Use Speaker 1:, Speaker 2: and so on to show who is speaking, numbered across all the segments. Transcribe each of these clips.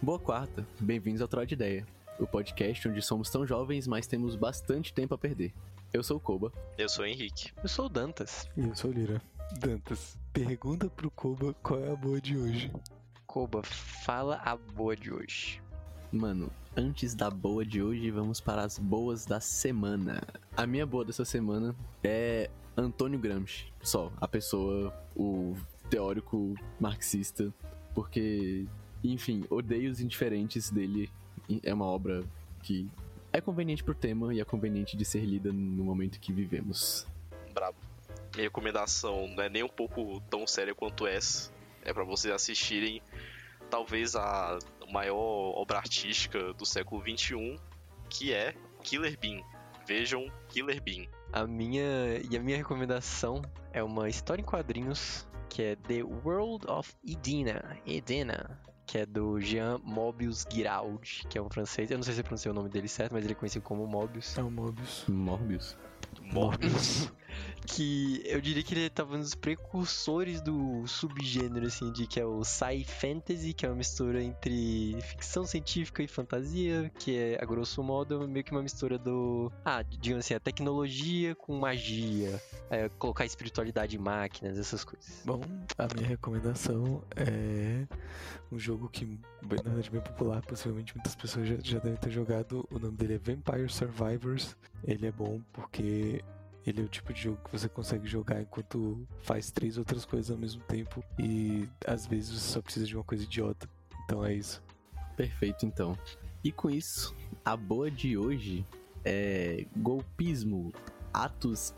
Speaker 1: Boa quarta, bem-vindos ao Troll de Ideia, o podcast onde somos tão jovens, mas temos bastante tempo a perder. Eu sou o Koba.
Speaker 2: Eu sou o Henrique. Eu sou o Dantas.
Speaker 3: E eu sou o Lira. Dantas, pergunta pro Koba qual é a boa de hoje.
Speaker 2: Koba, fala a boa de hoje.
Speaker 1: Mano, antes da boa de hoje, vamos para as boas da semana. A minha boa dessa semana é Antônio Gramsci, só, a pessoa, o teórico marxista, porque, enfim, odeio os indiferentes dele. É uma obra que é conveniente pro tema e é conveniente de ser lida no momento que vivemos.
Speaker 2: Brabo. Minha recomendação não é nem um pouco tão séria quanto essa. É para vocês assistirem talvez a maior obra artística do século XXI, que é Killer Bean. Vejam Killer Bean.
Speaker 4: A minha e a minha recomendação é uma história em quadrinhos que é The World of Edina, Edina, que é do Jean Mobius Giraud, que é um francês. Eu não sei se eu pronunciei o nome dele certo, mas ele é conhecido como Mobius.
Speaker 3: É o Mobius.
Speaker 1: Morbius.
Speaker 2: Morbius.
Speaker 4: que eu diria que ele tava nos precursores do subgênero, assim, de que é o sci fantasy, que é uma mistura entre ficção científica e fantasia, que é, a grosso modo, meio que uma mistura do. Ah, digamos assim, a tecnologia com magia, é, colocar espiritualidade em máquinas, essas coisas.
Speaker 3: Bom, a minha recomendação é um jogo que, bem, na verdade, é bem popular, possivelmente muitas pessoas já, já devem ter jogado. O nome dele é Vampire Survivors. Ele é bom porque ele é o tipo de jogo que você consegue jogar enquanto faz três outras coisas ao mesmo tempo e às vezes você só precisa de uma coisa idiota. Então é isso.
Speaker 1: Perfeito, então. E com isso, a boa de hoje é golpismo, atos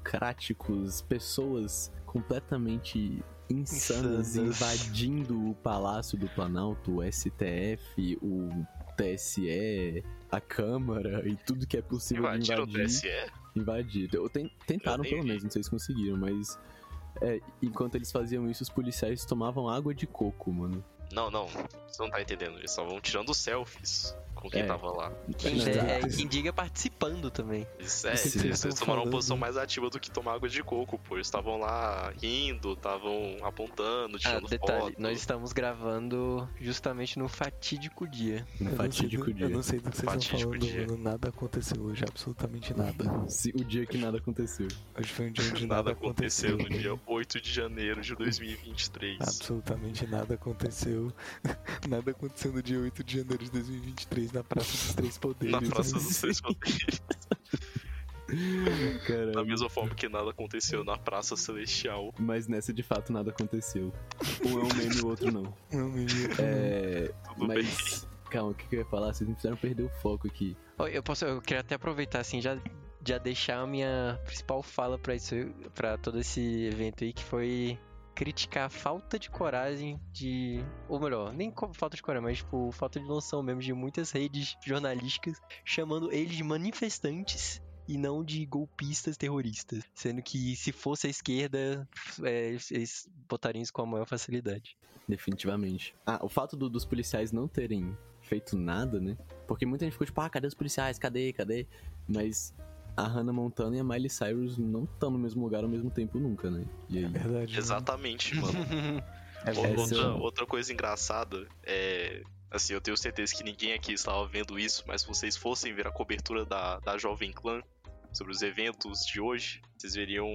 Speaker 1: antidemocráticos, pessoas completamente insanas
Speaker 4: Insanas.
Speaker 1: invadindo o Palácio do Planalto, o STF, o TSE, a Câmara e tudo que é possível de
Speaker 2: Invadiram o
Speaker 1: invadir
Speaker 2: TSE?
Speaker 1: invadir. Eu ten- tentaram
Speaker 2: Eu nem
Speaker 1: pelo
Speaker 2: vi.
Speaker 1: menos, não sei se conseguiram, mas é, enquanto eles faziam isso, os policiais tomavam água de coco, mano.
Speaker 2: Não, não. Você não tá entendendo. Eles só vão tirando selfies com quem
Speaker 1: É.
Speaker 2: tava lá.
Speaker 4: Quem,
Speaker 1: Não,
Speaker 4: der-
Speaker 1: não.
Speaker 4: é, quem diga participando também.
Speaker 2: Eles, é,
Speaker 3: Isso
Speaker 2: eles,
Speaker 3: que eles tão
Speaker 2: eles tomaram uma
Speaker 3: falando.
Speaker 2: posição mais ativa do que tomar água de coco, pô. Eles estavam lá rindo, estavam apontando,
Speaker 4: Ah,
Speaker 2: tirando
Speaker 4: detalhe,
Speaker 2: foto.
Speaker 4: nós estamos gravando justamente no fatídico dia.
Speaker 1: No
Speaker 3: Eu não sei
Speaker 1: fatídico
Speaker 3: do- Eu
Speaker 1: dia.
Speaker 3: não sei do que vocês
Speaker 2: Fatídico
Speaker 3: estão
Speaker 2: dia.
Speaker 3: falando, mano. Nada aconteceu hoje, absolutamente
Speaker 1: Hum.
Speaker 3: nada.
Speaker 1: Se- o dia que nada aconteceu.
Speaker 3: Hoje foi um dia onde
Speaker 2: Nada
Speaker 3: nada
Speaker 2: aconteceu no dia 8 de janeiro de 2023.
Speaker 3: Ah, Absolutamente nada aconteceu. Nada aconteceu no dia 8 de janeiro de 2023 na Praça dos Três Poderes.
Speaker 2: Na Praça dos Três Poderes. Da
Speaker 1: Caramba.
Speaker 2: mesma forma que nada aconteceu na Praça Celestial.
Speaker 1: Mas nessa de fato nada aconteceu. Um é um meme e o outro não.
Speaker 3: Não, menino.
Speaker 1: É.
Speaker 2: Tudo bem.
Speaker 1: Mas. Calma, o que que eu ia falar? Vocês me fizeram perder o foco aqui.
Speaker 4: Ó, Eu posso, eu queria até aproveitar assim, já já deixar a minha principal fala pra isso, para todo esse evento aí que foi criticar a falta de coragem de, ou melhor, nem co- falta de coragem, mas tipo, falta de noção mesmo de muitas redes jornalísticas chamando eles de manifestantes e não de golpistas terroristas, sendo que se fosse a esquerda, é, eles botariam isso com a maior facilidade.
Speaker 1: Definitivamente. Ah, o fato do- dos policiais não terem feito nada, né? Porque muita gente ficou tipo, ah, cadê os policiais? Cadê? Cadê? Mas a Hannah Montana e a Miley Cyrus não estão no mesmo lugar ao mesmo tempo nunca, né? E aí?
Speaker 3: Verdade. né?
Speaker 2: Exatamente, mano.
Speaker 3: É
Speaker 2: Ou-
Speaker 1: verdade.
Speaker 3: verdade.
Speaker 2: outra,
Speaker 1: Essa-
Speaker 2: outra coisa engraçada é. Assim, eu tenho certeza que ninguém aqui estava vendo isso, mas se vocês fossem ver a cobertura da, da Jovem Clã sobre os eventos de hoje, vocês veriam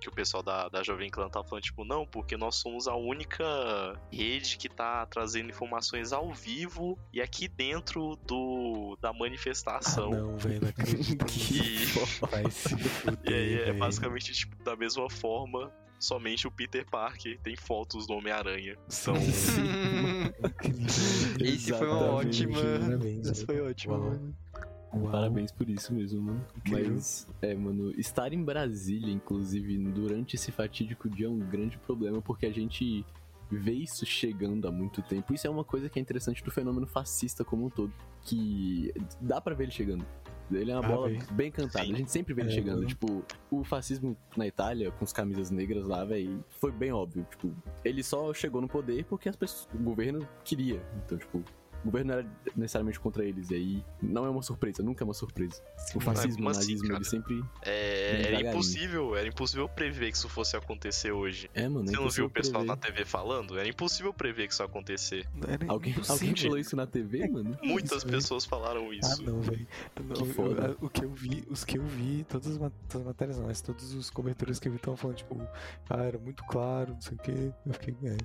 Speaker 2: que o pessoal da, da Jovem Clã tá falando, tipo, não, porque nós somos a única rede que tá trazendo informações ao vivo e aqui dentro do da
Speaker 3: Ah,
Speaker 2: manifestação.
Speaker 3: não, velho, não acredito que
Speaker 2: e,
Speaker 3: vai se
Speaker 2: E aí
Speaker 3: fuder.
Speaker 2: é
Speaker 3: velho.
Speaker 2: basicamente tipo, da mesma forma, somente o Peter Parker tem fotos do Homem-Aranha. São
Speaker 3: Sim,
Speaker 4: Esse foi uma
Speaker 3: Exatamente,
Speaker 4: ótima-
Speaker 3: Parabéns,
Speaker 4: Isso foi
Speaker 3: velho.
Speaker 4: ótimo.
Speaker 3: Uau.
Speaker 4: mano.
Speaker 3: Uau.
Speaker 1: Parabéns por isso mesmo, mano.
Speaker 3: Incrível.
Speaker 1: Mas, é, mano, estar em Brasília, inclusive, durante esse fatídico dia é um grande problema, porque a gente vê isso chegando há muito tempo. Isso é uma coisa que é interessante do fenômeno fascista como um todo, que dá pra ver ele chegando. Ele é uma
Speaker 3: Ah,
Speaker 1: bola
Speaker 3: véi.
Speaker 1: bem cantada,
Speaker 2: Sim.
Speaker 1: a gente sempre vê ele
Speaker 3: É,
Speaker 1: chegando.
Speaker 3: mano.
Speaker 1: Tipo, o fascismo na Itália, com as camisas negras lá, velho, foi bem óbvio. Tipo, ele só chegou no poder porque as pessoas, o governo queria. Então, tipo, o governo era necessariamente contra eles. E aí não é uma surpresa, nunca é uma surpresa. O
Speaker 2: mas
Speaker 1: fascismo,
Speaker 2: como
Speaker 1: o
Speaker 2: assim,
Speaker 1: nazismo,
Speaker 2: cara?
Speaker 1: ele sempre. Bem
Speaker 2: É, era
Speaker 1: devagarinho.
Speaker 2: impossível, era impossível prever que isso fosse acontecer hoje.
Speaker 1: É, mano. é
Speaker 2: Você não viu
Speaker 1: impossível
Speaker 2: o pessoal
Speaker 1: prever.
Speaker 2: na TV falando? Era impossível prever que isso ia acontecer.
Speaker 3: Era
Speaker 1: Alguém, alguém
Speaker 3: impossível.
Speaker 1: falou isso na
Speaker 2: É,
Speaker 1: TV, mano?
Speaker 2: Muitas
Speaker 3: Isso, velho.
Speaker 2: pessoas falaram
Speaker 3: Ah,
Speaker 2: isso.
Speaker 3: não, velho. Não, eu-
Speaker 1: foda.
Speaker 3: O que eu vi, os que eu vi, todas as, ma- todas as matérias não, mas todos os cobertores que eu vi estavam falando, tipo, ah, era muito claro, não sei o quê. Eu fiquei, é,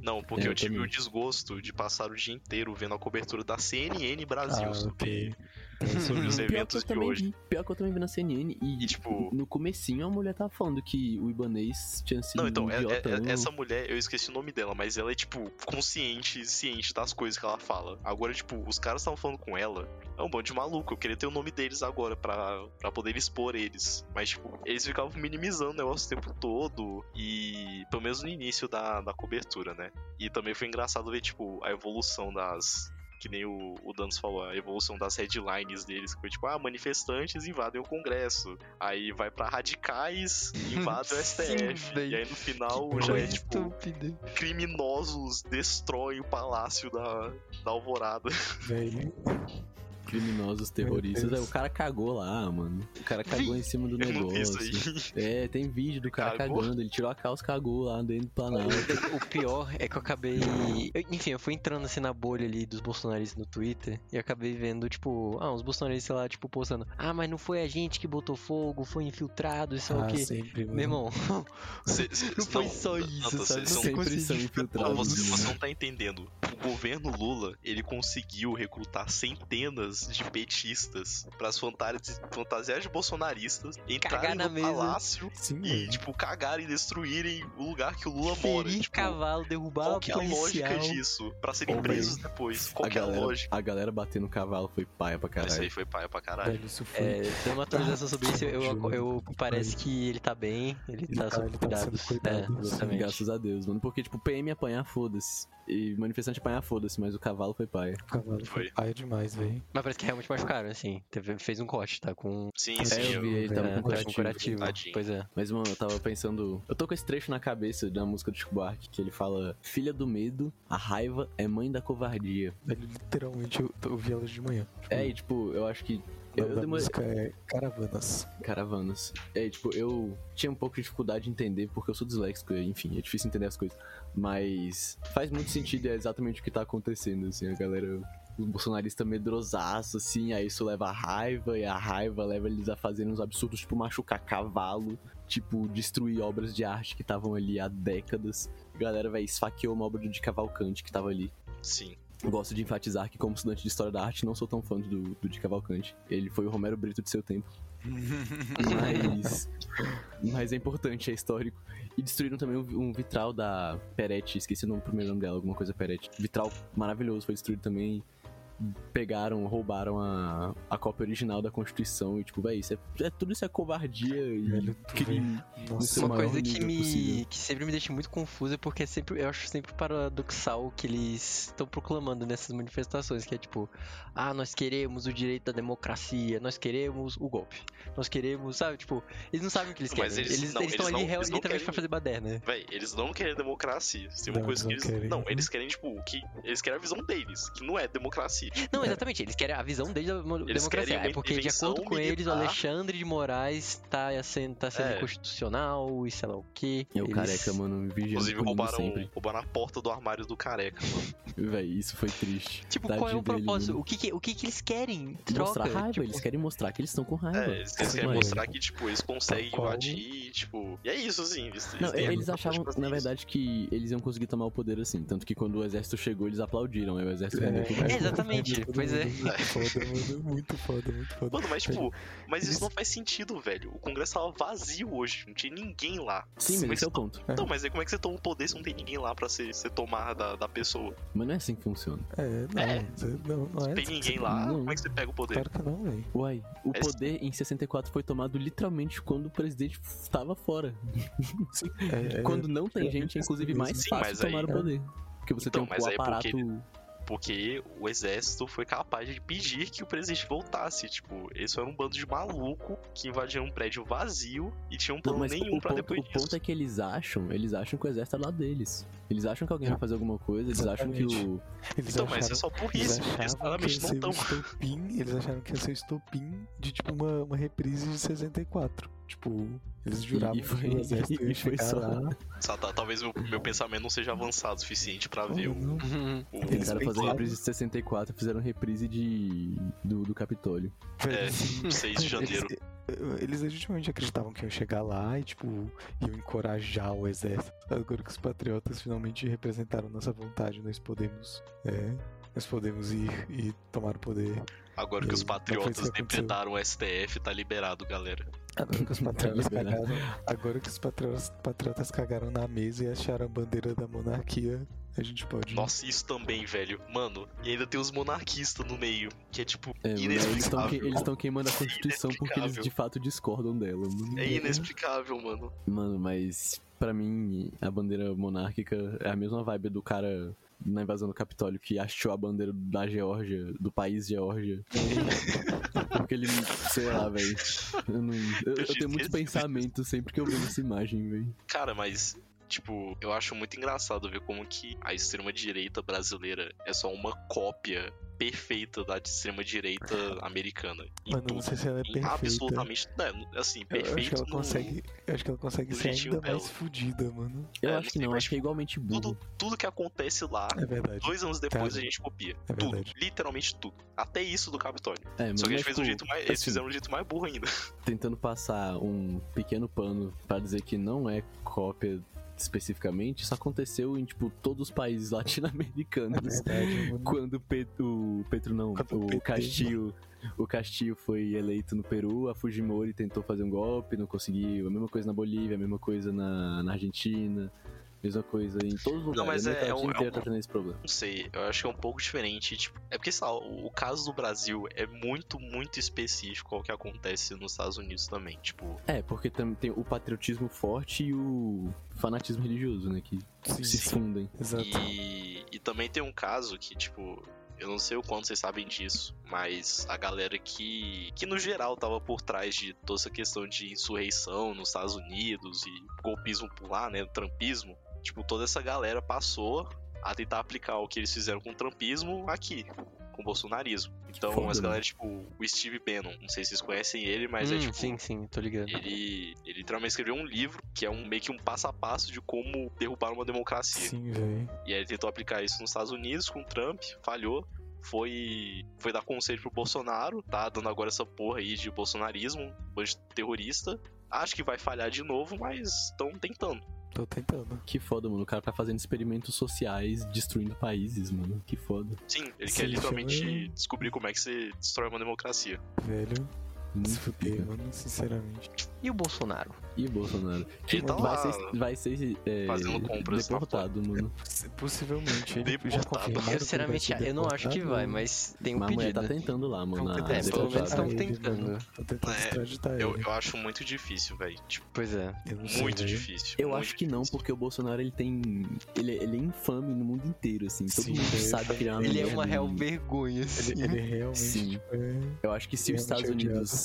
Speaker 2: Não, porque
Speaker 1: É,
Speaker 2: eu
Speaker 1: eu
Speaker 2: tive
Speaker 1: também.
Speaker 2: o desgosto de passar o dia inteiro vendo a cobertura da CNN Brasil
Speaker 3: ah,
Speaker 2: sobre,
Speaker 3: ok.
Speaker 2: sobre os
Speaker 1: Pior que eu
Speaker 2: eventos de
Speaker 1: também
Speaker 2: hoje.
Speaker 1: vi. Pior que eu também vi na CNN e,
Speaker 2: E, tipo-
Speaker 1: no comecinho a mulher tava falando que o Ibanês tinha sido
Speaker 2: Não, então,
Speaker 1: um
Speaker 2: é- é-
Speaker 1: idiota.
Speaker 2: é-
Speaker 1: não.
Speaker 2: essa mulher, eu esqueci o nome dela, mas ela é, tipo, consciente, ciente das coisas que ela fala. Agora, tipo, os caras estavam falando com ela, é um bando de maluco, eu queria ter o nome deles agora pra, pra poder expor eles. Mas, tipo, eles ficavam minimizando o negócio o tempo todo e, pelo menos no início da, da cobertura, né? E também foi engraçado ver, tipo, a evolução das... Que nem o, o Danos falou, a evolução das headlines deles, que foi tipo, ah, manifestantes invadem o Congresso. Aí vai pra radicais, invadem o STF.
Speaker 4: Sim, velho.
Speaker 2: E aí no final
Speaker 4: Que
Speaker 2: já é
Speaker 4: coisa
Speaker 2: tipo,
Speaker 4: estúpida.
Speaker 2: criminosos destroem o palácio da, da Alvorada.
Speaker 3: Velho,
Speaker 1: Criminosos, terroristas.
Speaker 3: Meu
Speaker 1: Aí,
Speaker 3: Deus.
Speaker 1: o cara cagou lá, mano. O cara cagou em cima do
Speaker 2: É, Eu não vi
Speaker 1: negócio.
Speaker 2: isso aí.
Speaker 1: É, tem vídeo do cara
Speaker 2: Cagou?
Speaker 1: cagando. Ele tirou a calça, cagou lá dentro do Planalto.
Speaker 4: O pior é que eu acabei. eu- enfim, eu fui entrando assim na bolha ali dos bolsonaristas no Twitter e eu acabei vendo, tipo, ah, uns bolsonaristas lá, tipo, postando, ah, mas não foi a gente que botou fogo, foi infiltrado, isso é o
Speaker 3: ah,
Speaker 4: quê?
Speaker 3: sempre, mano.
Speaker 4: Meu irmão,
Speaker 2: Cê- cê-
Speaker 4: não foi
Speaker 2: não,
Speaker 4: só isso,
Speaker 2: Nata,
Speaker 4: sabe?
Speaker 2: vocês são-
Speaker 4: Você
Speaker 1: Sempre são
Speaker 4: conseguiu-
Speaker 2: Não,
Speaker 1: infiltrados.
Speaker 2: você,
Speaker 1: mano.
Speaker 2: você não tá entendendo. O governo Lula, ele conseguiu recrutar centenas de petistas pras fantasi- fantasias de bolsonaristas
Speaker 4: Cagar
Speaker 2: entrarem
Speaker 4: na
Speaker 2: no
Speaker 4: mesa.
Speaker 2: palácio
Speaker 3: Sim,
Speaker 2: e,
Speaker 3: mano.
Speaker 2: tipo, cagarem e destruírem o lugar que o Lula mora.
Speaker 4: Hum. ferir
Speaker 2: Tipo,
Speaker 4: cavalo, derrubar
Speaker 2: qual
Speaker 4: o
Speaker 2: que é a lógica
Speaker 4: policial.
Speaker 2: disso? Pra serem
Speaker 1: Ô,
Speaker 2: presos depois. Qual
Speaker 1: a,
Speaker 2: que é a
Speaker 1: galera,
Speaker 2: lógica?
Speaker 1: a galera batendo cavalo foi paia pra
Speaker 2: Isso aí
Speaker 1: caralho.
Speaker 2: foi paia pra caralho.
Speaker 3: Velho, isso foi.
Speaker 4: É, dando uma atualização sobre isso, eu,
Speaker 3: Juro.
Speaker 4: eu- parece que ele tá bem, ele
Speaker 3: Ele
Speaker 4: tá
Speaker 3: tá-
Speaker 4: sob
Speaker 3: ele tá
Speaker 4: cuidados.
Speaker 3: sendo cuidado,
Speaker 4: É, exatamente.
Speaker 1: Graças a Deus, mano. Porque, tipo, PM apanhar, foda-se. E manifestante apanhar, foda-se. Mas o cavalo foi paia.
Speaker 3: O é um cavalo foi
Speaker 2: Foi.
Speaker 3: paia demais, velho.
Speaker 4: Mas parece que realmente machucaram, assim. Teve- fez um corte, tá? Com.
Speaker 2: Sim,
Speaker 3: É,
Speaker 2: sim.
Speaker 1: eu vi, ele tava
Speaker 4: é,
Speaker 1: com
Speaker 4: tá com
Speaker 1: curativo.
Speaker 4: curativo.
Speaker 2: Tadinho.
Speaker 4: Pois é.
Speaker 1: Mas, mano, eu tava pensando. Eu tô com esse trecho na cabeça da música do Chico Buarque que ele fala: Filha do medo, a raiva é mãe da covardia.
Speaker 3: Velho, literalmente eu, eu vi elas de manhã. Tipo,
Speaker 1: É, e, tipo, eu acho que.
Speaker 3: o
Speaker 1: Eu,
Speaker 3: nome
Speaker 1: eu
Speaker 3: da
Speaker 1: demorei.
Speaker 3: música é Caravanas.
Speaker 1: Caravanas. É, tipo, eu tinha um pouco de dificuldade de entender, porque eu sou disléxico, e, enfim, é difícil entender as coisas. Mas faz muito sentido, é exatamente o que tá acontecendo, assim, a galera. Os bolsonaristas medrosaço, assim, aí isso leva a raiva, e a raiva leva eles a fazerem uns absurdos, tipo machucar cavalo, tipo destruir obras de arte que estavam ali há décadas. A galera, vai esfaqueou uma obra de Cavalcante que tava ali.
Speaker 2: Sim.
Speaker 1: Gosto de enfatizar que, como estudante de História da Arte, não sou tão fã do, do de Cavalcante. Ele foi o Romero Brito de seu tempo. Mas, mas é importante, é histórico. E destruíram também um, um vitral da Peretti, esqueci o nome, o primeiro nome dela, alguma coisa Peretti. Vitral maravilhoso, foi destruído também. Pegaram, roubaram a, a cópia original da Constituição e, tipo, véi, isso é, é- tudo isso é covardia e
Speaker 3: Velho, tu vê.
Speaker 1: crime.
Speaker 3: Nossa,
Speaker 1: Isso é
Speaker 4: Uma
Speaker 1: maior
Speaker 4: coisa que
Speaker 1: nível
Speaker 4: me
Speaker 1: possível.
Speaker 4: que sempre me deixa muito confusa porque é sempre eu acho sempre paradoxal o que eles estão proclamando nessas manifestações, que é tipo, ah, nós queremos o direito da democracia, nós queremos o golpe. Nós queremos, sabe, tipo, eles não sabem o que eles
Speaker 2: Não,
Speaker 4: querem.
Speaker 2: mas
Speaker 4: eles
Speaker 2: eles- não,
Speaker 4: estão
Speaker 2: eles
Speaker 4: ali
Speaker 2: não-
Speaker 4: real-
Speaker 2: eles não
Speaker 4: literalmente
Speaker 2: querem-
Speaker 4: pra fazer né? baderna.
Speaker 2: Véi, eles não querem democracia. Se Tem uma
Speaker 3: Não,
Speaker 2: coisa que
Speaker 3: eles
Speaker 2: eles.
Speaker 3: não querem.
Speaker 2: Não, eles querem, tipo, que. Eles querem a visão deles, que não é democracia.
Speaker 3: Tipo,
Speaker 4: Não, exatamente, eles querem a visão deles da mo- democracia.
Speaker 2: querem
Speaker 4: É
Speaker 2: uma
Speaker 4: porque, de
Speaker 2: intervenção
Speaker 4: acordo com eles, o
Speaker 2: militar.
Speaker 4: Alexandre de Moraes tá sendo, tá sendo
Speaker 2: É.
Speaker 4: inconstitucional e sei lá o quê.
Speaker 1: É o
Speaker 4: Eles-
Speaker 1: careca, mano, me vigiando
Speaker 2: Inclusive,
Speaker 1: comigo
Speaker 2: roubaram,
Speaker 1: sempre.
Speaker 2: roubaram a porta do armário do careca.
Speaker 1: Véi, isso foi triste.
Speaker 4: Tipo,
Speaker 1: Tadinho
Speaker 4: qual é o
Speaker 1: dele,
Speaker 4: propósito?
Speaker 1: mano.
Speaker 4: O que, que- o que, que eles querem?
Speaker 1: Mostrar
Speaker 4: Troca.
Speaker 1: raiva,
Speaker 4: tipo,
Speaker 1: eles querem mostrar que eles estão com
Speaker 2: É,
Speaker 1: raiva.
Speaker 2: eles, eles querem
Speaker 3: Mano.
Speaker 2: mostrar que, tipo, eles conseguem
Speaker 3: Qual-
Speaker 2: invadir, tipo. E é isso, assim. Eles,
Speaker 1: Não,
Speaker 2: têm a
Speaker 1: eles
Speaker 2: vontade de
Speaker 1: achavam,
Speaker 2: fazer
Speaker 1: na
Speaker 2: isso.
Speaker 1: verdade, que eles iam conseguir tomar o poder assim. Tanto que quando o exército chegou, eles aplaudiram. Aí o exército ganhou tudo.
Speaker 4: É, exatamente,
Speaker 3: Muito
Speaker 4: pois é.
Speaker 3: foda, mano, Muito foda, muito foda.
Speaker 2: Mano, mas, tipo, mas isso não faz sentido, velho. O Congresso tava vazio hoje, não tinha ninguém lá.
Speaker 1: Sim, mas
Speaker 2: Como é
Speaker 1: esse é o
Speaker 2: que-
Speaker 1: ponto.
Speaker 2: Então, mas aí como é que você toma o poder se não tem ninguém lá pra você você tomar da, da pessoa?
Speaker 1: Mas não é assim que funciona.
Speaker 3: É, não,
Speaker 2: É.
Speaker 3: você- não, não é.
Speaker 2: Tem
Speaker 3: você-
Speaker 2: ninguém lá,
Speaker 1: não.
Speaker 2: como é que você pega o poder?
Speaker 3: Claro que não, velho.
Speaker 1: Uai, o
Speaker 2: É isso.
Speaker 1: poder em 64 foi tomado literalmente quando o presidente estava fora.
Speaker 3: É, é-
Speaker 1: quando não tem gente, é inclusive mais
Speaker 2: Sim,
Speaker 1: fácil
Speaker 2: mas aí-
Speaker 1: tomar o poder. Porque você
Speaker 2: Então,
Speaker 1: tem um
Speaker 2: mas aí é
Speaker 1: aparato
Speaker 2: porque Porque o exército foi capaz de pedir que o presidente voltasse. Tipo, eles foram um bando de maluco que invadiram um prédio vazio e tinham um
Speaker 1: Não,
Speaker 2: plano
Speaker 1: mas
Speaker 2: nenhum
Speaker 1: o,
Speaker 2: pra
Speaker 1: ponto,
Speaker 2: depois
Speaker 1: o ponto é que eles acham, eles acham que o exército é do lado deles. Eles acham que alguém vai fazer alguma coisa, eles acham que o.
Speaker 3: Eles
Speaker 2: Então,
Speaker 3: acharam,
Speaker 2: mas isso é só
Speaker 3: eles
Speaker 2: burrice, porque eles
Speaker 3: acharam que
Speaker 2: claramente
Speaker 3: ia
Speaker 2: não
Speaker 3: ser o
Speaker 2: estão.
Speaker 3: estopim, eles acharam que ia ser o estopim de tipo uma, uma reprise de 64. Tipo, eles juravam
Speaker 1: foi-
Speaker 3: que o exército
Speaker 1: e-
Speaker 3: ia
Speaker 1: e foi
Speaker 3: chegar
Speaker 1: só- um
Speaker 3: lá.
Speaker 2: Só tá- Talvez meu, meu
Speaker 3: Uhum.
Speaker 2: pensamento não seja avançado o suficiente pra ver o.
Speaker 3: Não,
Speaker 4: Uhum.
Speaker 2: o-
Speaker 3: Eles
Speaker 1: Eles fazer
Speaker 3: pensaram-
Speaker 1: reprise de 64, fizeram reprise de. do, do Capitólio.
Speaker 3: velho,
Speaker 2: É,
Speaker 3: assim,
Speaker 2: 6 de janeiro.
Speaker 3: Eles, eh, eles legitimamente acreditavam que iam chegar lá e, tipo, iam encorajar o exército. Agora que os patriotas finalmente representaram nossa vontade, nós podemos, é, nós podemos ir e tomar o poder.
Speaker 2: Agora que os
Speaker 3: Não foi isso que
Speaker 2: patriotas
Speaker 3: aconteceu.
Speaker 2: depredaram o STF, tá liberado, galera.
Speaker 3: Agora que os patriotas
Speaker 1: Tá liberado.
Speaker 3: cagaram, agora que os patriotas, patriotas cagaram na mesa e acharam a bandeira da monarquia, a gente pode.
Speaker 2: Nossa, isso também, velho. Mano, e ainda tem os monarquistas no meio, que é tipo
Speaker 1: É, mano, eles estão
Speaker 2: inexplicável.
Speaker 1: queimando a Constituição porque eles de fato discordam dela. Mano.
Speaker 3: né?
Speaker 2: É inexplicável, mano.
Speaker 1: Mano, mas pra mim a bandeira monárquica é a mesma vibe do cara na invasão do Capitólio que achou a bandeira da Geórgia, do país Geórgia. porque ele, sei lá, velho. Eu, não- eu- eu tenho muitos pensamentos sempre que eu vejo essa imagem, velho.
Speaker 2: Cara, mas, tipo, eu acho muito engraçado ver como que a extrema-direita brasileira é só uma cópia perfeita da extrema-direita americana. Em
Speaker 3: Mano, eu
Speaker 2: tudo.
Speaker 3: não sei se ela é
Speaker 2: Em
Speaker 3: perfeita.
Speaker 2: Absolutamente. Não, assim,
Speaker 3: Eu, eu acho que
Speaker 2: perfeito
Speaker 3: ela
Speaker 2: no-
Speaker 3: consegue. Eu acho que ela consegue
Speaker 2: no
Speaker 3: ser
Speaker 2: jeitinho
Speaker 3: ainda mais
Speaker 2: dela.
Speaker 3: fodida, mano.
Speaker 1: Eu
Speaker 2: É,
Speaker 1: acho que
Speaker 2: não sei,
Speaker 1: não,
Speaker 2: mas
Speaker 1: acho que é igualmente burro.
Speaker 2: tudo, tudo que acontece lá.
Speaker 3: É verdade.
Speaker 2: Dois anos depois
Speaker 3: Cara,
Speaker 2: a gente copia.
Speaker 3: é
Speaker 2: tudo.
Speaker 3: verdade.
Speaker 2: Literalmente tudo. Até isso do Capitólio.
Speaker 1: É, mas
Speaker 2: Só que a
Speaker 1: é,
Speaker 2: gente fez do
Speaker 1: tipo,
Speaker 2: jeito mais.
Speaker 1: assim,
Speaker 2: Eles fizeram do jeito mais burro ainda.
Speaker 1: tentando passar um pequeno pano pra dizer que não é cópia especificamente, isso aconteceu em tipo todos os países
Speaker 3: É
Speaker 1: latino-americanos.
Speaker 3: verdade, mano.
Speaker 1: Quando o Petro, o Petro não,
Speaker 3: Quando o
Speaker 1: o
Speaker 3: PT.
Speaker 1: Castillo, o Castillo foi eleito no Peru, a Fujimori tentou fazer um golpe, não conseguiu. A mesma coisa na Bolívia, a mesma coisa na, na Argentina, mesma coisa em todos os lugares.
Speaker 2: Não, mas
Speaker 1: a América
Speaker 2: é- é
Speaker 1: Latina
Speaker 2: um- é
Speaker 1: inteira
Speaker 2: um-
Speaker 1: tá tendo esse problema.
Speaker 2: Não sei, eu acho que é um pouco diferente. Tipo, é porque, sei lá, o o caso do Brasil é muito, muito específico ao que acontece nos Estados Unidos também. Tipo,
Speaker 1: É, porque também tem o patriotismo forte e o fanatismo religioso, né, que
Speaker 3: Sim,
Speaker 1: se
Speaker 3: sim.
Speaker 1: fundem.
Speaker 3: Exato.
Speaker 2: e, e também tem um caso que, tipo, eu não sei o quanto vocês sabem disso, mas a galera que, que no geral tava por trás de toda essa questão de insurreição nos Estados Unidos e golpismo por lá, né, trampismo, tipo, toda essa galera passou a tentar aplicar o que eles fizeram com o trampismo aqui, com o bolsonarismo. Então,
Speaker 1: Foda,
Speaker 2: essa
Speaker 1: né?
Speaker 2: galera, tipo, o Steve Bannon, não sei se vocês conhecem ele, mas é
Speaker 4: Hum,
Speaker 2: tipo,
Speaker 4: Sim, sim, tô ligado.
Speaker 2: ele, ele literalmente escreveu um livro que é um meio que um passo a passo de como derrubar uma democracia.
Speaker 3: Sim, velho.
Speaker 2: E aí ele tentou aplicar isso nos Estados Unidos com o Trump, falhou. Foi, foi dar conselho pro Bolsonaro, tá dando agora essa porra aí de bolsonarismo, bando de terrorista. Acho que vai falhar de novo, mas estão tentando.
Speaker 3: Tô tentando.
Speaker 1: Que foda, mano. O cara tá fazendo experimentos sociais, destruindo países, mano. Que foda.
Speaker 2: Sim, ele
Speaker 3: Sim, um
Speaker 2: quer literalmente
Speaker 3: chama-
Speaker 2: descobrir como é que se destrói uma democracia.
Speaker 3: Velho, se
Speaker 1: Muito
Speaker 3: fuder,
Speaker 1: pica.
Speaker 3: mano, sinceramente.
Speaker 4: E o Bolsonaro?
Speaker 1: E o Bolsonaro. Que
Speaker 2: tá
Speaker 1: vai,
Speaker 2: lá
Speaker 1: ser, vai ser é,
Speaker 2: fazendo compras tá na
Speaker 1: deportado, mano.
Speaker 3: Possi- Possivelmente ele já
Speaker 2: Deportado.
Speaker 4: Eu,
Speaker 3: confirmaram. que ele vai
Speaker 4: Tipo, sinceramente,
Speaker 3: ser
Speaker 4: eu não acho que
Speaker 3: deportado.
Speaker 4: vai, mas tem um
Speaker 1: Mas a mulher
Speaker 4: pedido.
Speaker 1: tá tentando lá,
Speaker 2: um
Speaker 1: mano.
Speaker 3: Estão
Speaker 1: na-
Speaker 4: É,
Speaker 3: tentando
Speaker 4: pelo menos
Speaker 1: deputada.
Speaker 3: extraditar
Speaker 4: tão
Speaker 2: tá
Speaker 3: ele,
Speaker 4: tentando.
Speaker 3: mano. Tão tentando
Speaker 2: É,
Speaker 3: extraditar
Speaker 2: Eu,
Speaker 3: ele.
Speaker 2: eu acho muito difícil, velho. Tipo,
Speaker 4: Pois é.
Speaker 3: Eu não sei,
Speaker 2: muito
Speaker 3: velho.
Speaker 2: difícil.
Speaker 1: Eu
Speaker 2: muito
Speaker 1: acho que não,
Speaker 2: difícil.
Speaker 1: porque o Bolsonaro ele tem. Ele, ele é infame no mundo inteiro, assim. Todo
Speaker 3: Sim,
Speaker 1: mundo
Speaker 3: ele é
Speaker 1: sabe
Speaker 3: infame.
Speaker 1: criar uma né?
Speaker 4: Ele é
Speaker 1: merda.
Speaker 4: uma real vergonha, assim.
Speaker 3: Ele, ele realmente
Speaker 1: Sim.
Speaker 3: é-
Speaker 1: Eu acho que se
Speaker 3: Ele
Speaker 1: os
Speaker 3: é muito
Speaker 1: Estados Unidos.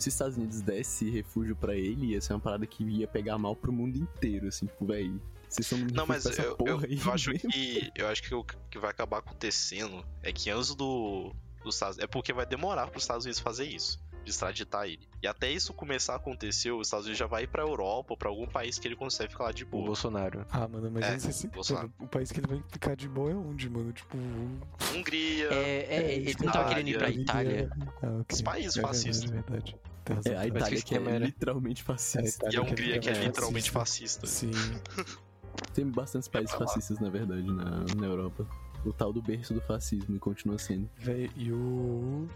Speaker 1: Se os Estados Unidos desse refúgio pra ele, ia ser uma parada que ia pegar mal pro mundo inteiro, assim, tipo, véi. Vocês são muito
Speaker 2: Não, mas
Speaker 1: essa
Speaker 2: eu, eu,
Speaker 1: porra aí,
Speaker 2: eu acho
Speaker 1: mesmo.
Speaker 2: que eu acho que o que vai acabar acontecendo é que antes do dos Estados é porque vai demorar para os Estados Unidos fazer isso, de extraditar ele. E até isso começar a acontecer, os Estados Unidos já vai para Europa, para algum país que ele consegue ficar lá de
Speaker 4: O
Speaker 2: boa.
Speaker 4: Bolsonaro.
Speaker 3: Ah, mano, mas
Speaker 2: É,
Speaker 3: eu não sei se.
Speaker 2: Bolsonaro.
Speaker 3: mano, o país que ele vai ficar de boa é onde, mano? Tipo.
Speaker 2: Hungria,
Speaker 4: É, é, é, ele não tava querendo ir pra Itália.
Speaker 3: Ah, ok.
Speaker 2: Esse país
Speaker 3: é
Speaker 2: fascista.
Speaker 3: Verdade, é verdade. Tem razão.
Speaker 1: É, a Itália que é
Speaker 4: esquema era-
Speaker 1: literalmente
Speaker 3: A
Speaker 1: fascista.
Speaker 2: e
Speaker 3: Itália
Speaker 2: a Hungria que é
Speaker 3: verdade
Speaker 2: literalmente fascista.
Speaker 3: Sim,
Speaker 1: Tem bastantes países
Speaker 2: pra lá.
Speaker 1: fascistas, na verdade, na, na Europa. O tal do berço do fascismo e continua sendo.
Speaker 3: velho. E o.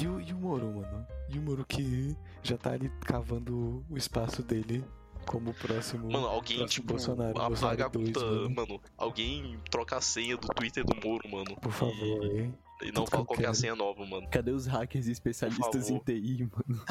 Speaker 3: E o, e o Moro, mano? E o Moro que já tá ali cavando o espaço dele como o próximo.
Speaker 2: Mano, alguém
Speaker 3: Próximo
Speaker 2: tipo
Speaker 3: Bolsonaro, Bolsonaro
Speaker 2: apaga a
Speaker 3: dois,
Speaker 2: conta,
Speaker 3: mano.
Speaker 2: mano. Alguém troca a senha do Twitter do Moro, mano.
Speaker 3: Por favor, hein?
Speaker 2: E E não
Speaker 3: Tudo
Speaker 2: fala qual que é a
Speaker 3: qualquer.
Speaker 2: senha nova, mano.
Speaker 1: Cadê os hackers e especialistas em
Speaker 2: Por
Speaker 1: TI, mano?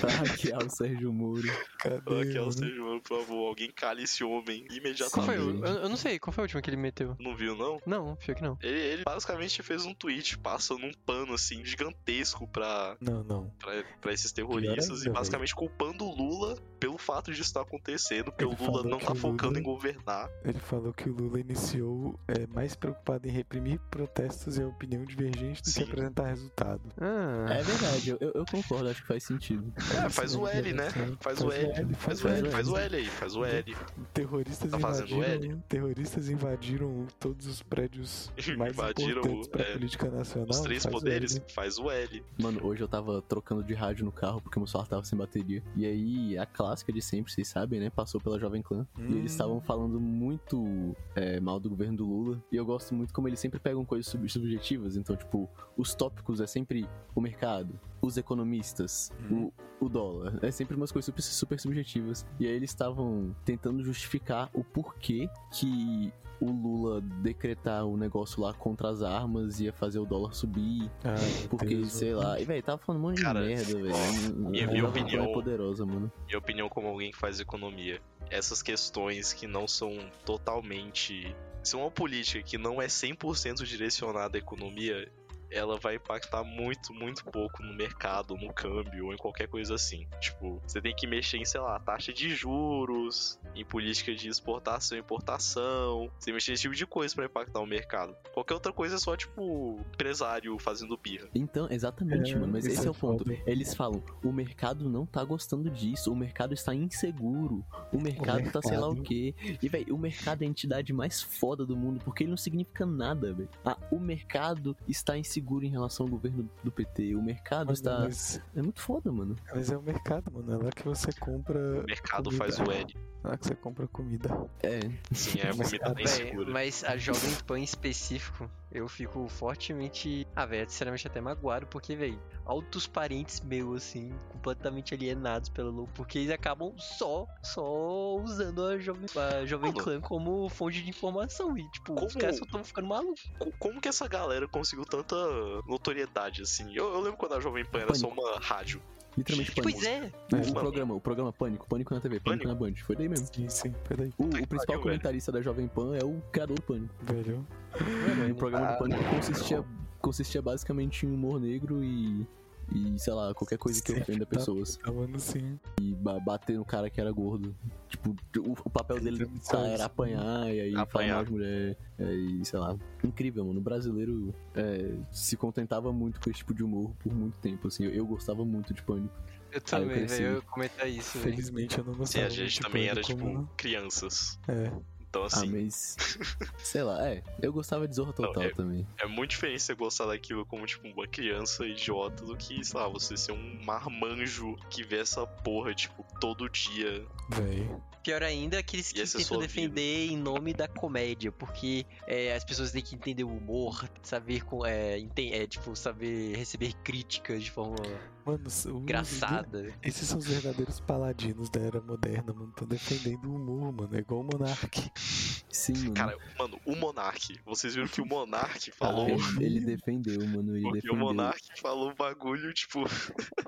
Speaker 1: pra hackear o Sérgio Moro.
Speaker 3: Cadê?
Speaker 2: Aqui é o
Speaker 3: mano?
Speaker 2: Sérgio Moro, por favor. Alguém cala esse homem
Speaker 4: Qual foi?
Speaker 2: imediatamente.
Speaker 4: o- Eu, eu não sei, qual foi a última que ele meteu?
Speaker 2: Não viu, não?
Speaker 4: Não, pior que não.
Speaker 2: Ele, ele basicamente fez um tweet passando um pano, assim, gigantesco pra,
Speaker 3: Não, não.
Speaker 2: pra, pra esses terroristas
Speaker 3: ainda,
Speaker 2: e basicamente culpando o Lula pelo fato disso estar acontecendo, porque
Speaker 3: Ele
Speaker 2: o Lula
Speaker 3: falou
Speaker 2: não
Speaker 3: que
Speaker 2: tá
Speaker 3: o
Speaker 2: focando
Speaker 3: Lula-
Speaker 2: em governar.
Speaker 3: Ele falou que o Lula iniciou é, mais preocupado em reprimir protestos e a opinião divergente do
Speaker 2: Sim.
Speaker 3: que apresentar resultado.
Speaker 4: Ah,
Speaker 1: É verdade, eu, eu- eu concordo, acho que faz sentido.
Speaker 2: É, faz o L, né? Faz o L. Faz o L, faz o L aí, faz o L.
Speaker 3: Terroristas
Speaker 2: Tá fazendo
Speaker 3: invadiram, terroristas invadiram todos os prédios mais
Speaker 2: Invadiram,
Speaker 3: importantes para
Speaker 2: é,
Speaker 3: a política nacional.
Speaker 2: Os três
Speaker 3: faz o
Speaker 2: poderes,
Speaker 3: L.
Speaker 2: faz o L.
Speaker 1: Mano, hoje eu tava trocando de rádio no carro porque meu celular tava sem bateria. E aí, a clássica de sempre, vocês sabem, né? Passou pela Jovem Clã. E
Speaker 3: Hum.
Speaker 1: eles estavam falando muito é, mal do governo do Lula. E eu gosto muito como eles sempre pegam coisas sub- subjetivas. Então, tipo, os tópicos é sempre o mercado, os economistas,
Speaker 2: Uhum.
Speaker 3: Hum.
Speaker 1: o, o dólar. É sempre umas coisas super, super subjetivas. E aí eles estavam tentando justificar o porquê que o Lula decretar o negócio lá contra as armas ia fazer o dólar subir.
Speaker 3: Ah, meu
Speaker 1: Porque,
Speaker 3: Deus,
Speaker 1: sei
Speaker 3: mano.
Speaker 1: lá. E, velho, tava falando um monte
Speaker 2: Cara,
Speaker 1: de merda, velho.
Speaker 2: minha-
Speaker 1: A
Speaker 2: minha
Speaker 1: Jovem Pan
Speaker 2: opinião-
Speaker 1: é poderosa, mano.
Speaker 2: Minha opinião como alguém que faz economia. Essas questões que não são totalmente. Se uma política que não é 100% direcionada à economia, ela vai impactar muito, muito pouco no mercado, no câmbio ou em qualquer coisa assim. Tipo, você tem que mexer em, sei lá, taxa de juros, em política de exportação e importação. Você mexer nesse tipo de coisa pra impactar o mercado. Qualquer outra coisa é só, tipo, empresário fazendo birra.
Speaker 1: Então, exatamente,
Speaker 3: É,
Speaker 1: mano. Mas
Speaker 3: isso
Speaker 1: esse
Speaker 3: é
Speaker 1: é o ponto.
Speaker 3: foda.
Speaker 1: Eles falam, o mercado não tá gostando disso, o mercado está inseguro, o mercado tá sei lá o
Speaker 3: mercado-
Speaker 1: quê. E, velho, o mercado é a entidade mais foda do mundo, porque ele não significa nada, velho. Ah, o mercado está inseguro em relação ao governo do PT, o mercado
Speaker 3: Mano,
Speaker 1: está...
Speaker 3: mas, tá.
Speaker 1: É muito foda, mano.
Speaker 3: mas é o mercado, mano. É lá que você compra.
Speaker 2: O mercado
Speaker 3: comida.
Speaker 2: faz o L.
Speaker 3: É lá que você compra comida.
Speaker 1: É,
Speaker 2: Sim, é a
Speaker 3: Mas,
Speaker 2: comida tá
Speaker 3: véi,
Speaker 4: Véi,
Speaker 2: insegura.
Speaker 4: mas a Jovem Pan em específico, eu fico fortemente. Ah, velho, sinceramente até magoado, porque, velho, altos parentes meus, assim, completamente alienados pelo Lula, porque eles acabam só, só usando a Jovem, a Jovem
Speaker 2: Mano.
Speaker 4: Clã como fonte de informação. E, tipo, os
Speaker 2: Como-
Speaker 4: caras só estão ficando malucos.
Speaker 2: Co- Como que essa galera conseguiu tanta notoriedade, assim? Eu, eu lembro quando a Jovem Pan era só uma rádio.
Speaker 1: literalmente
Speaker 2: Tipo,
Speaker 1: pânico.
Speaker 4: Pois é,
Speaker 1: O, o programa, o programa Pânico, Pânico na TV, Pânico, na Band, foi daí mesmo.
Speaker 3: Sim, sim, peraí,
Speaker 1: O,
Speaker 2: Puta que
Speaker 1: o principal
Speaker 2: pariu, velho.
Speaker 1: comentarista da Jovem Pan é o criador do Pânico.
Speaker 3: velho.
Speaker 1: O programa
Speaker 2: Ah,
Speaker 4: Ah,
Speaker 1: do Pânico consistia, consistia basicamente em humor negro e, e sei lá, qualquer coisa que ofenda
Speaker 3: Tá-
Speaker 1: pessoas.
Speaker 3: Tá, mano, sim.
Speaker 1: E ba- bater no cara que era gordo. Tipo, o, o papel dele tá, era apanhar e aí falar
Speaker 2: Apanhar.
Speaker 1: mal de mulher. é, E sei lá. Incrível, mano. O brasileiro é, se contentava muito com esse tipo de humor por muito tempo. Assim, eu, eu gostava muito de Pânico.
Speaker 4: eu
Speaker 1: também,
Speaker 4: também,
Speaker 1: cresci. véi, eu
Speaker 4: velho, eu
Speaker 1: ia
Speaker 4: ia comentar isso, né? velho.
Speaker 3: Felizmente eu não
Speaker 2: Sim,
Speaker 3: gostava.
Speaker 2: a gente
Speaker 3: muito de
Speaker 2: também era,
Speaker 3: pânico, né?
Speaker 2: tipo,
Speaker 3: mano.
Speaker 2: crianças.
Speaker 3: É,
Speaker 2: Então,
Speaker 1: Ah,
Speaker 2: assim,
Speaker 1: mas. sei lá, é. Eu gostava de Zorra Total
Speaker 2: eu-
Speaker 1: também.
Speaker 2: é muito diferente você gostar daquilo como, tipo, uma criança idiota do que, sei lá, você ser um marmanjo que vê essa porra, tipo, todo dia.
Speaker 3: velho.
Speaker 4: Pior ainda, aqueles que
Speaker 2: essa é a
Speaker 4: tentam
Speaker 2: sua
Speaker 4: defender em nome da comédia, porque é, as pessoas têm que entender o humor, saber com, é, enten- é, tipo, saber receber críticas de forma
Speaker 3: Mano, os- os-
Speaker 4: engraçada.
Speaker 3: Esses são os verdadeiros paladinos da era moderna, mano. Estão defendendo o humor, mano. É igual o Monark.
Speaker 1: Sim, mano.
Speaker 2: Cara, mano, o Monark. Vocês viram que o Monark falou. um
Speaker 1: ele, ele defendeu, mano. Ele
Speaker 2: Porque
Speaker 1: defendeu.
Speaker 2: o Monark falou um bagulho, tipo,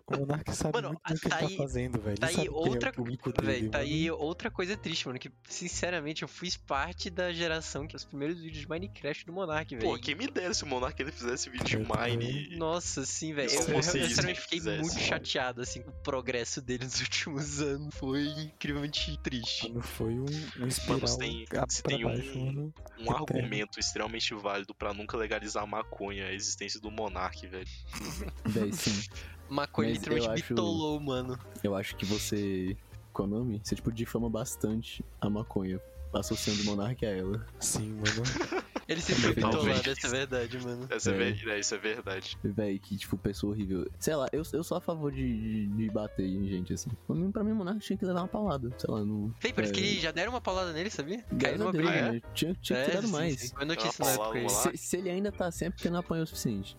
Speaker 3: O Monark sabe
Speaker 4: Mano,
Speaker 3: muito bem o que
Speaker 4: tá
Speaker 3: ele
Speaker 4: aí-
Speaker 3: tá fazendo, velho.
Speaker 4: tá
Speaker 3: ele
Speaker 4: aí
Speaker 3: sabe quem
Speaker 4: outra-
Speaker 3: é o público dele,
Speaker 4: Véi, tá
Speaker 3: mano.
Speaker 4: aí outra coisa triste, mano, que sinceramente eu fiz parte da geração que os primeiros vídeos de Minecraft do Monark,
Speaker 2: pô,
Speaker 4: velho.
Speaker 2: quem me dera se o Monark ele fizesse vídeo de
Speaker 3: Eu também.
Speaker 2: Mine. e-
Speaker 4: Nossa, sim, velho.
Speaker 2: Se
Speaker 4: Eu, eu,
Speaker 2: fosse isso
Speaker 4: sinceramente
Speaker 2: que
Speaker 4: fiquei
Speaker 2: fizesse,
Speaker 4: muito
Speaker 2: mano.
Speaker 4: chateado, assim, com o progresso dele nos últimos anos. Foi incrivelmente triste.
Speaker 3: Mano, foi um, um espiral
Speaker 2: se tem-
Speaker 3: a-
Speaker 2: se
Speaker 3: pra
Speaker 2: tem um-
Speaker 3: baixo, mano.
Speaker 2: um
Speaker 3: Eterno.
Speaker 2: argumento extremamente válido pra nunca legalizar a maconha, a existência do Monark, velho.
Speaker 1: Véi, sim.
Speaker 4: Maconha
Speaker 1: Mas eu
Speaker 4: literalmente
Speaker 1: acho-
Speaker 4: bitolou, mano.
Speaker 1: Eu acho que você. Qual é o nome? Você, tipo, difama bastante a maconha, associando o monarca a ela.
Speaker 3: Sim, mano.
Speaker 4: Ele se foi
Speaker 1: Totalmente.
Speaker 4: bitolado, essa é verdade, mano.
Speaker 2: Essa é.
Speaker 1: É.
Speaker 2: ver- é, isso é verdade.
Speaker 1: Véi, que, tipo, pessoa horrível. Sei lá, eu, eu sou a favor de, de, de bater em gente, assim. Pra mim, pra mim, o monarca tinha que levar uma paulada. Sei lá, não.
Speaker 4: Vem, parece
Speaker 1: É.
Speaker 4: que ele já deram uma paulada nele, sabia? Caiu
Speaker 1: Graças a
Speaker 4: numa
Speaker 1: Deus,
Speaker 4: briga.
Speaker 2: né?
Speaker 1: né? Tinha, tinha
Speaker 4: É,
Speaker 1: que ter dado
Speaker 4: sim,
Speaker 1: mais.
Speaker 4: sim. Foi notícia na
Speaker 2: Uma
Speaker 4: época.
Speaker 2: paulada,
Speaker 4: isso.
Speaker 2: Monarca?
Speaker 1: Se, se ele ainda tá assim, é porque não apanhou o suficiente.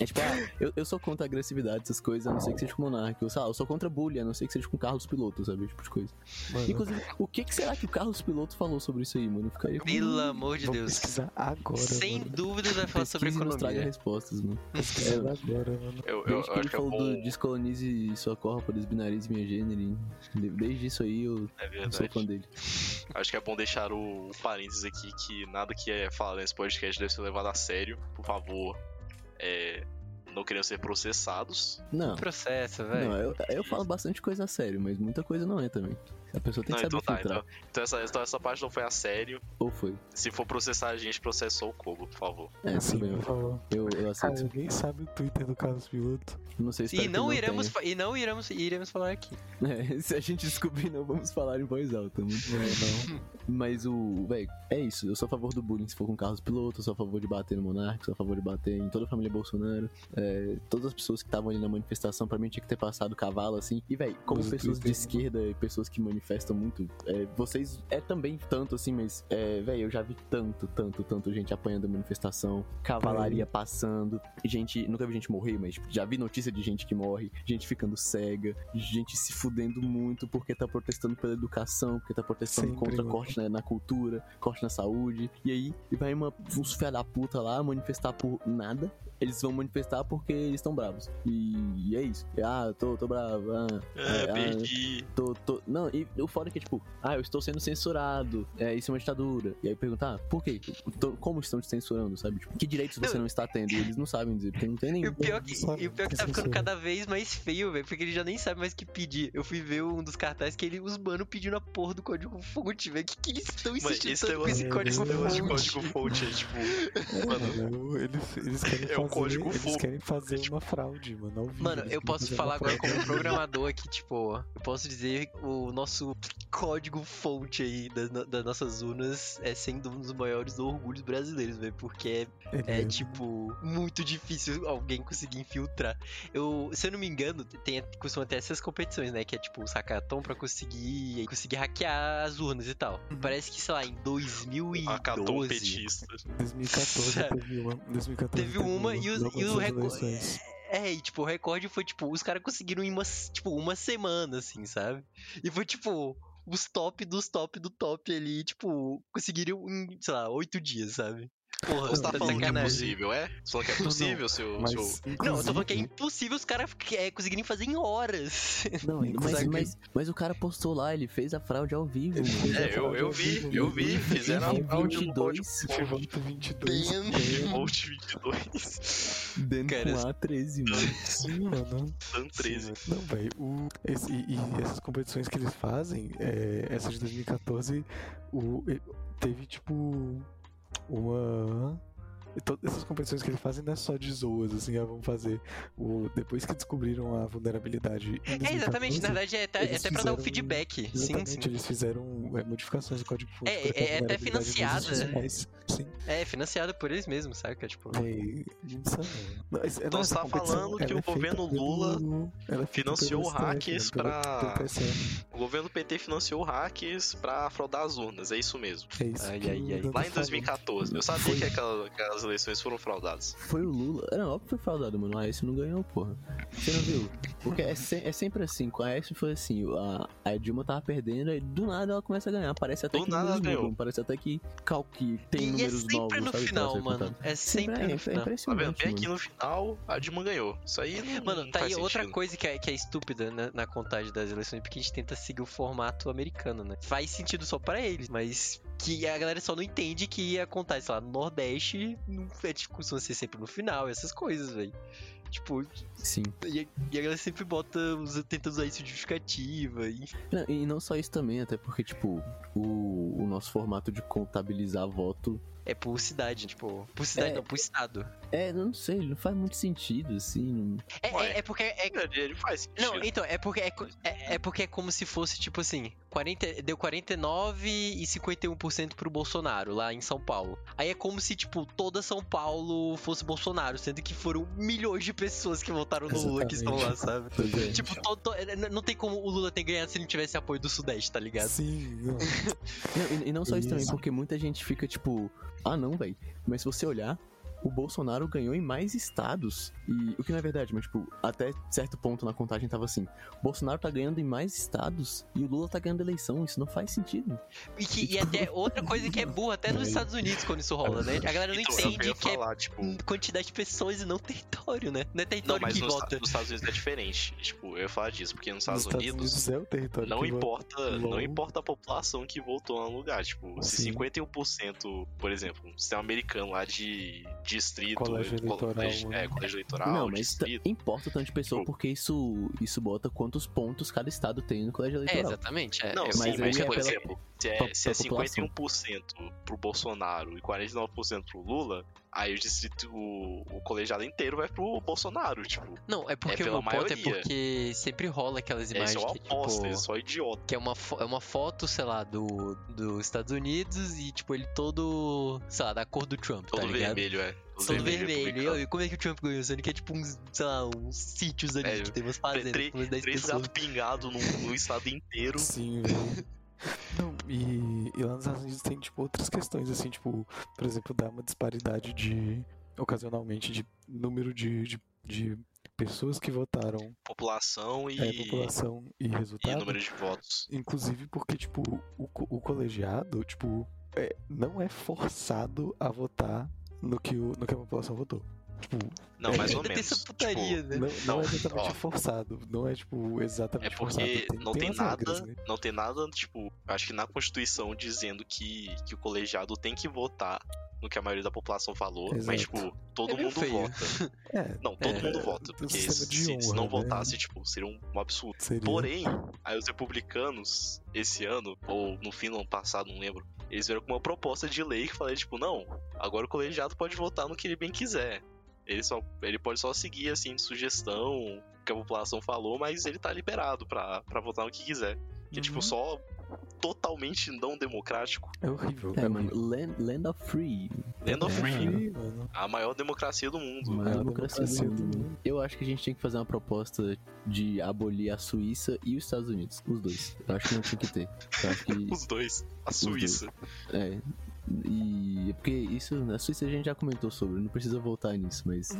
Speaker 1: É tipo, ah, eu, eu sou contra a agressividade, essas coisas, a não ser que seja com o monarca. Eu, sei lá, eu sou contra bullying, a não ser que seja com Carlos Piloto, sabe? Esse Tipo de coisa.
Speaker 3: Mano,
Speaker 1: Inclusive, o que, que será que o Carlos Piloto falou sobre isso aí, mano? Eu ficaria com-
Speaker 4: Pelo amor de
Speaker 3: vou
Speaker 4: Deus.
Speaker 3: pesquisar agora.
Speaker 4: Sem
Speaker 3: mano.
Speaker 4: dúvidas vai falar sobre
Speaker 1: Pesquise e nos traga
Speaker 4: economia.
Speaker 1: respostas, mano.
Speaker 3: Pesquisar agora, mano.
Speaker 2: Eu, eu,
Speaker 1: Desde
Speaker 2: eu
Speaker 1: que
Speaker 2: acho
Speaker 1: ele
Speaker 2: que é
Speaker 1: falou do
Speaker 2: bom.
Speaker 1: descolonize sua corpa, desbinarize minha gênero. de- Desde isso aí eu
Speaker 2: É
Speaker 1: sou
Speaker 2: verdade.
Speaker 1: fã dele.
Speaker 2: Acho que é bom deixar o, o parênteses aqui que nada que é falado nesse podcast deve ser levado a sério. Por favor, é, não queremos ser processados.
Speaker 1: Não.
Speaker 4: Processo,
Speaker 1: Não,
Speaker 4: velho.
Speaker 1: eu, eu falo bastante coisa a sério, mas muita coisa não é também. A pessoa tem
Speaker 2: Não,
Speaker 1: que saber
Speaker 2: então tá.
Speaker 1: filtrar.
Speaker 2: Então, então essa, então essa parte não foi a sério.
Speaker 1: Ou foi.
Speaker 2: Se for processar a gente, processou o Kobo, por favor.
Speaker 1: É,
Speaker 3: Sim,
Speaker 1: tudo bem,
Speaker 3: por favor.
Speaker 1: eu, eu
Speaker 3: Cara,
Speaker 1: aceito.
Speaker 3: alguém sabe o Twitter do Carlos Piloto?
Speaker 1: Não sei se
Speaker 4: E não, iremos, fa- e não iremos, iremos falar aqui.
Speaker 1: É, se a gente descobrir, não vamos falar em voz alta. Muito bem, não. Mas o. Véi, é isso. Eu sou a favor do bullying se for com carros piloto. Eu sou a favor de bater no Monarca. Sou a favor de bater em toda a família Bolsonaro. é, todas as pessoas que estavam ali na manifestação, pra mim tinha que ter passado cavalo assim. E, véi, como
Speaker 3: Usa o
Speaker 1: pessoas de
Speaker 3: Twitter.
Speaker 1: esquerda e pessoas que manifestam muito, é, vocês. É também tanto assim, mas. É, véi, eu já vi tanto, tanto, tanto gente apanhando a manifestação, cavalaria passando, gente, nunca vi gente morrer, mas tipo, já vi notícia de gente que morre, gente ficando cega, gente se fudendo muito porque tá protestando pela educação, porque tá protestando
Speaker 3: Sempre,
Speaker 1: contra
Speaker 3: mano.
Speaker 1: corte né, na, na cultura, corte na saúde. E aí vai uma, uns fé da puta lá manifestar por nada. Eles vão manifestar porque eles estão bravos. E, e é isso. Ah, eu tô, tô bravo. Ah,
Speaker 2: Ah,
Speaker 1: é, ah,
Speaker 2: perdi.
Speaker 1: tô, tô... Não, e o foda é que, tipo, ah, eu estou sendo censurado, é, isso é uma ditadura. E aí perguntar, ah, por quê? Tô- como estão te censurando, sabe? Tipo, que direitos você
Speaker 4: Não.
Speaker 1: não está tendo? E eles não sabem dizer, porque não tem nenhum.
Speaker 4: E o pior que,
Speaker 3: sabe
Speaker 4: e o pior que
Speaker 3: que
Speaker 4: tá ficando
Speaker 3: censura.
Speaker 4: cada vez mais feio, velho. Porque ele já nem sabe mais o que pedir. Eu fui ver um dos cartazes que ele, os mano pedindo a porra do código fonte, velho. Que que eles estão
Speaker 2: Mano,
Speaker 4: insistindo
Speaker 2: esse
Speaker 4: tanto com tá esse
Speaker 2: negócio,
Speaker 4: é um código
Speaker 2: esse negócio de
Speaker 4: fonte?
Speaker 2: código fonte é tipo. Mano,
Speaker 3: Mano, eles, eles querem
Speaker 2: É
Speaker 3: fazer,
Speaker 2: o código
Speaker 3: eles
Speaker 2: full.
Speaker 3: querem fazer uma fraude, mano. ao vivo,
Speaker 4: Tipo Mano,
Speaker 3: eles
Speaker 4: eu
Speaker 3: querem
Speaker 4: posso
Speaker 3: fazer uma
Speaker 4: falar agora
Speaker 3: fraude.
Speaker 4: como programador aqui, tipo, eu posso dizer que o nosso código fonte aí das, no- das nossas urnas é sendo um dos maiores orgulhos brasileiros, velho, porque
Speaker 3: Ele
Speaker 4: é, é
Speaker 3: mesmo.
Speaker 4: tipo muito difícil alguém conseguir infiltrar. Eu, se eu não me engano, tem costuma ter essas competições, né, que é tipo o sacatão pra conseguir conseguir hackear as urnas e tal. Parece que sei lá em
Speaker 2: acatou o
Speaker 4: 2012
Speaker 2: petista.
Speaker 3: 2014 teve uma. 2014
Speaker 4: Teve uma e os-
Speaker 3: logo
Speaker 4: e o
Speaker 3: antes das
Speaker 4: reco-
Speaker 3: eleições.
Speaker 4: É, e tipo, o recorde foi, tipo, os caras conseguiram em uma, tipo, uma semana, assim, sabe? E foi, tipo, os top dos top do top ali, tipo, conseguiram em, sei lá, oito dias, sabe? Porra,
Speaker 2: Você tá
Speaker 4: de
Speaker 2: falando que é
Speaker 4: sacanagem.
Speaker 2: possível, é? Você falando que é possível, seu.
Speaker 3: Mas,
Speaker 2: seu...
Speaker 4: Não, eu tô falando que é
Speaker 3: inclusive,
Speaker 4: impossível os caras que- é, conseguirem fazer em horas.
Speaker 1: Não, mas,
Speaker 4: é
Speaker 3: Consegue.
Speaker 1: mas, mas o cara postou lá, ele fez a fraude ao vivo.
Speaker 3: Ele fez
Speaker 1: mano.
Speaker 3: a
Speaker 2: É, eu, eu vi, eu vi, fizeram a
Speaker 1: Em
Speaker 2: fraude no código
Speaker 1: 22,
Speaker 3: esse voto 22.
Speaker 4: Damn.
Speaker 2: de Volt 22.
Speaker 1: dando
Speaker 4: Cara,
Speaker 1: com A13, mano.
Speaker 3: Sim, mano.
Speaker 2: Dan 13.
Speaker 3: Não, velho. o- esse- E, e essas competições que eles fazem, é, essa de 2014, o, e- teve tipo. Uma. e Todas essas competições que eles fazem não é só de zoas, assim, ah, vamos fazer. O, depois que descobriram a vulnerabilidade. em
Speaker 4: É, exatamente,
Speaker 3: 2014,
Speaker 4: na verdade é até, é
Speaker 3: eles
Speaker 4: até pra dar o
Speaker 3: fizeram-
Speaker 4: feedback. Sim,
Speaker 3: Exatamente,
Speaker 4: sim.
Speaker 3: eles fizeram é, modificações no código fonte.
Speaker 4: É, é-
Speaker 3: pra
Speaker 4: é até
Speaker 3: vulnerabilidade dos
Speaker 4: financiada, né?
Speaker 3: institucionais. Sim,
Speaker 4: É, financiado por eles mesmos, saca? Tipo,
Speaker 3: é insano. Não, esse-
Speaker 2: Então
Speaker 3: nossa,
Speaker 2: você tá
Speaker 3: a competição,
Speaker 2: falando que
Speaker 3: ela
Speaker 2: o
Speaker 3: é feita
Speaker 2: governo Lula
Speaker 3: pelo- ela é feita
Speaker 2: financiou
Speaker 3: pelo STF, né,
Speaker 2: hackers
Speaker 3: pelo-
Speaker 2: pra-
Speaker 3: pelo TSE.
Speaker 2: O governo PT financiou hackers pra fraudar as urnas, é isso mesmo.
Speaker 3: É isso
Speaker 4: Ai,
Speaker 3: que
Speaker 4: ai,
Speaker 3: o
Speaker 4: ai.
Speaker 3: Dantas
Speaker 2: Lá em
Speaker 3: falou.
Speaker 2: 2014, eu sabia que, aquela- que as eleições foram fraudadas.
Speaker 1: Foi o Lula. Não, óbvio que foi fraudado, mano. O Aécio não ganhou, porra. Você não viu? Porque é, se- é sempre assim. Com a Aécio foi assim: a, a Dilma tava perdendo, aí do nada ela começa a ganhar. Parece até
Speaker 2: Do
Speaker 1: que
Speaker 2: nada
Speaker 1: números
Speaker 2: ela ganhou.
Speaker 1: mudam, Parece até que calque tem
Speaker 4: e é
Speaker 1: números
Speaker 4: sempre
Speaker 1: novos.
Speaker 4: no
Speaker 1: sabe, que
Speaker 4: final,
Speaker 1: ela sai
Speaker 4: mano.
Speaker 1: contando.
Speaker 4: É sempre,
Speaker 1: é,
Speaker 4: no
Speaker 1: é
Speaker 4: final.
Speaker 2: Tá vendo?
Speaker 1: impressionante.
Speaker 2: Bem aqui
Speaker 1: mano.
Speaker 2: no final, a Dilma ganhou. Isso aí não.
Speaker 4: Mano,
Speaker 2: não
Speaker 4: tá aí
Speaker 2: faz
Speaker 4: outra
Speaker 2: sentido.
Speaker 4: coisa que é, que é estúpida né, na contagem das eleições, porque a gente tenta seguir o formato americano, né? Faz sentido só pra eles, mas que a galera só não entende que a contagem, sei lá, no Nordeste não é tipo, costuma ser sempre no final, essas coisas, velho. Tipo,
Speaker 1: Sim.
Speaker 4: e a, e a galera sempre bota, usa, tenta usar isso de justificativa. E...
Speaker 1: Não, e não só isso também, até porque, tipo, o, o nosso formato de contabilizar voto.
Speaker 4: É por cidade, tipo. Por cidade,
Speaker 1: É.
Speaker 4: não, por estado.
Speaker 1: É, eu não sei, não faz muito sentido, assim.
Speaker 4: É, é-
Speaker 2: Ué.
Speaker 4: é porque. é-
Speaker 2: Ele- Ele faz sentido.
Speaker 4: Não, então, é porque é, co- é, é porque é como se fosse, tipo assim, 40, deu 49 e 51% pro Bolsonaro lá em São Paulo. Aí é como se, tipo, toda São Paulo fosse Bolsonaro, sendo que foram milhões de pessoas que votaram no Lula que estão lá, sabe?
Speaker 1: Pois é.
Speaker 4: Tipo, to- to- é, n- não tem como o Lula ter ganhado se ele não tivesse apoio do Sudeste, tá ligado?
Speaker 3: Sim, não.
Speaker 1: Não, e, e não só isso também,
Speaker 3: Isso.
Speaker 1: porque muita gente fica tipo, ah não, velho. Mas se você olhar, o Bolsonaro ganhou em mais estados. E o que não é verdade, mas tipo, até certo ponto na contagem tava assim: Bolsonaro tá ganhando em mais estados e o Lula tá ganhando eleição. Isso não faz sentido.
Speaker 4: E, que- e até outra coisa que é burra, até nos Estados Unidos quando isso rola, né? A galera não
Speaker 2: Então, é o que eu
Speaker 4: entende
Speaker 2: ia
Speaker 4: que é
Speaker 2: falar, tipo.
Speaker 4: quantidade de pessoas e não território, né? Não é
Speaker 2: Não,
Speaker 4: território
Speaker 2: mas
Speaker 4: que
Speaker 2: nos,
Speaker 4: vota.
Speaker 2: nos Estados Unidos é diferente. Tipo, eu ia falar disso, porque nos
Speaker 3: Nos
Speaker 2: Estados Unidos.
Speaker 3: é o território
Speaker 2: não
Speaker 3: que vota.
Speaker 2: importa, não
Speaker 3: LOL.
Speaker 2: importa a população que voltou no lugar. Tipo, se
Speaker 3: Sim.
Speaker 2: 51%, por exemplo, um sistema americano lá de distrito,
Speaker 3: Colégio
Speaker 2: col-
Speaker 3: eleitoral,
Speaker 2: colégio-
Speaker 3: né?
Speaker 2: é, colégio eleitoral,
Speaker 1: não, mas tá- t-
Speaker 2: distrito.
Speaker 1: importa o tanto de pessoa
Speaker 2: Tipo-
Speaker 1: porque isso, isso bota quantos pontos cada estado tem no colégio
Speaker 4: É,
Speaker 1: eleitoral.
Speaker 4: exatamente. É,
Speaker 2: Não,
Speaker 4: é,
Speaker 2: sim,
Speaker 1: mas
Speaker 2: mas,
Speaker 1: aí é
Speaker 2: por
Speaker 1: pela-
Speaker 2: exemplo, se
Speaker 1: pra-
Speaker 2: é, se é
Speaker 1: pra população.
Speaker 2: 51% pro Bolsonaro e 49% pro Lula, aí o distrito, o, o colegiado inteiro vai pro Bolsonaro, tipo.
Speaker 4: Não, é porque
Speaker 2: É pela
Speaker 4: o meu ponto é
Speaker 2: maioria.
Speaker 4: porque sempre rola aquelas
Speaker 2: Eles
Speaker 4: imagens
Speaker 2: são
Speaker 4: que,
Speaker 2: apostas, eles
Speaker 4: tipo,
Speaker 2: são idiotas.
Speaker 4: que é uma, fo- é uma foto, sei lá, do, dos Estados Unidos e, tipo, ele todo, sei lá, da cor do Trump,
Speaker 2: Todo
Speaker 4: tá ligado?
Speaker 2: vermelho, é.
Speaker 4: Todo vermelho. E
Speaker 2: republicano.
Speaker 4: eu- E como é que o Trump ganhou? Sendo que é tipo uns, sei lá, uns sítios ali,
Speaker 2: É,
Speaker 4: que tem umas
Speaker 2: tre-
Speaker 4: fazendas, com umas 10
Speaker 2: Três
Speaker 4: pessoas.
Speaker 2: gatos pingados no, no estado inteiro.
Speaker 3: Sim, velho. Não, e, e lá nos Estados Unidos tem, tipo, outras questões, assim, tipo, por exemplo, dá uma disparidade de, ocasionalmente, de número de, de, de pessoas que votaram
Speaker 2: população e,
Speaker 3: é, população e
Speaker 2: e
Speaker 3: resultado.
Speaker 2: número de votos.
Speaker 3: Inclusive porque, tipo, o, co- o colegiado, tipo, é, não é forçado a votar no que, o, no que a população votou. Tipo,
Speaker 2: Não,
Speaker 3: É,
Speaker 2: mais ou
Speaker 4: Ainda tem
Speaker 2: menos.
Speaker 4: essa putaria,
Speaker 2: Tipo,
Speaker 4: né?
Speaker 3: não, não
Speaker 2: Não,
Speaker 3: é exatamente
Speaker 2: ó.
Speaker 3: forçado. Não é, tipo,
Speaker 2: é
Speaker 3: exatamente forçado.
Speaker 2: porque não tem,
Speaker 3: umas
Speaker 2: nada,
Speaker 3: regras, né?
Speaker 2: não tem nada, tipo, acho que na Constituição dizendo que, que o colegiado tem que votar no que a maioria da população falou, mas,
Speaker 3: Exato.
Speaker 2: tipo, todo
Speaker 4: É meio
Speaker 2: mundo
Speaker 4: feio.
Speaker 2: vota.
Speaker 3: É,
Speaker 2: Não, todo
Speaker 4: É,
Speaker 2: mundo vota,
Speaker 3: um
Speaker 2: porque se,
Speaker 3: sistema de
Speaker 2: se- se
Speaker 3: honra,
Speaker 2: não
Speaker 3: né?
Speaker 2: votasse, tipo, seria um um absurdo.
Speaker 3: seria...
Speaker 2: Porém, aí os republicanos, esse ano, ou no fim do ano passado, não lembro, eles vieram com uma proposta de lei que falei, tipo, não, agora o colegiado pode votar no que ele bem quiser. Ele, só, ele pode só seguir, assim, de sugestão que a população falou, mas ele tá liberado pra, pra votar no que quiser. Que é, tipo,
Speaker 3: Uhum.
Speaker 2: só totalmente não democrático.
Speaker 3: É horrível.
Speaker 1: É,
Speaker 3: É,
Speaker 1: mano,
Speaker 3: horrível.
Speaker 1: land, land of Free.
Speaker 2: Land of
Speaker 1: É,
Speaker 2: Free,
Speaker 3: né?
Speaker 1: mano.
Speaker 3: mano.
Speaker 2: a maior democracia do mundo.
Speaker 1: Maior
Speaker 3: Maior
Speaker 1: democracia do
Speaker 3: democracia do
Speaker 1: mundo.
Speaker 3: mundo.
Speaker 1: Eu acho que a gente tem que fazer uma proposta de abolir a Suíça e os Estados Unidos. Os dois. Eu acho que não tinha que ter. Eu acho que.
Speaker 2: Os dois. A
Speaker 1: dois.
Speaker 2: Suíça.
Speaker 1: É. E é porque isso, na Suíça a gente já comentou sobre, não precisa voltar nisso, mas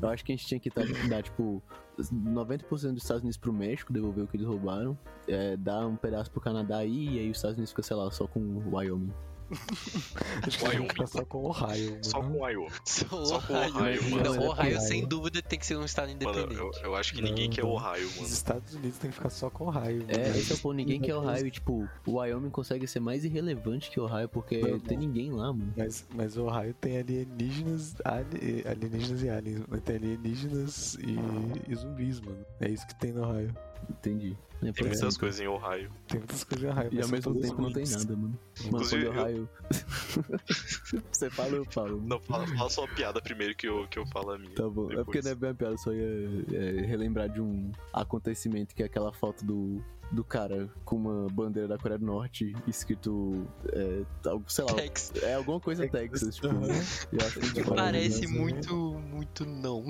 Speaker 1: eu acho que a gente tinha que tar- dar, tipo, 90% dos Estados Unidos pro México, devolver o que eles roubaram, é, dar um pedaço pro Canadá aí, e aí os Estados Unidos ficam, sei lá, só com o Wyoming.
Speaker 3: Acho que a gente
Speaker 2: Wyoming.
Speaker 3: vai ficar só com o Ohio, mano.
Speaker 2: um Só com um, o Iowa.
Speaker 4: Só
Speaker 2: Só com o Ohio,
Speaker 4: Ohio.
Speaker 2: mano.
Speaker 4: Não,
Speaker 3: Mas é
Speaker 4: Ohio,
Speaker 3: Ohio.
Speaker 4: sem dúvida, tem que ser um estado
Speaker 2: Mano,
Speaker 4: independente.
Speaker 2: eu, eu acho que
Speaker 3: Não,
Speaker 2: ninguém quer
Speaker 3: não.
Speaker 2: o Ohio,
Speaker 3: Os
Speaker 2: mano.
Speaker 3: Estados Unidos tem que ficar só com o Ohio, mano.
Speaker 1: É, esse é o ponto, ninguém quer o Ohio, e, tipo, o Wyoming consegue ser mais irrelevante que o Ohio, porque
Speaker 3: Não,
Speaker 1: não tem
Speaker 3: não.
Speaker 1: ninguém lá, mano.
Speaker 3: Mas, mas o Ohio tem alienígenas, ali- alienígenas e aliens. mano. Tem alienígenas e, e zumbis, mano. É isso que tem no Ohio.
Speaker 1: Entendi. É,
Speaker 2: Tem
Speaker 1: por
Speaker 2: muitas
Speaker 1: exemplo.
Speaker 2: coisas em Ohio.
Speaker 3: Tem muitas coisas no Ohio.
Speaker 1: E
Speaker 3: mas
Speaker 1: ao
Speaker 3: são
Speaker 1: mesmo
Speaker 3: todas
Speaker 1: tempo não tem
Speaker 3: zumbis.
Speaker 1: nada, mano. Mano, quando
Speaker 2: Inclusive,
Speaker 1: o Ohio. Você fala, eu falo.
Speaker 2: Não, fala, fala só a piada primeiro que eu, que eu falo a minha.
Speaker 1: Tá bom. É
Speaker 2: Depois.
Speaker 1: porque não é bem uma piada, eu só ia é, relembrar de um acontecimento que é aquela foto do, do cara com uma bandeira da Coreia do Norte escrito. É, tal- sei lá,
Speaker 4: Texas.
Speaker 1: é alguma coisa Texas, tipo.
Speaker 3: Aham.
Speaker 1: Eu acho muito foda,
Speaker 4: Parece
Speaker 1: né?
Speaker 4: muito, muito não.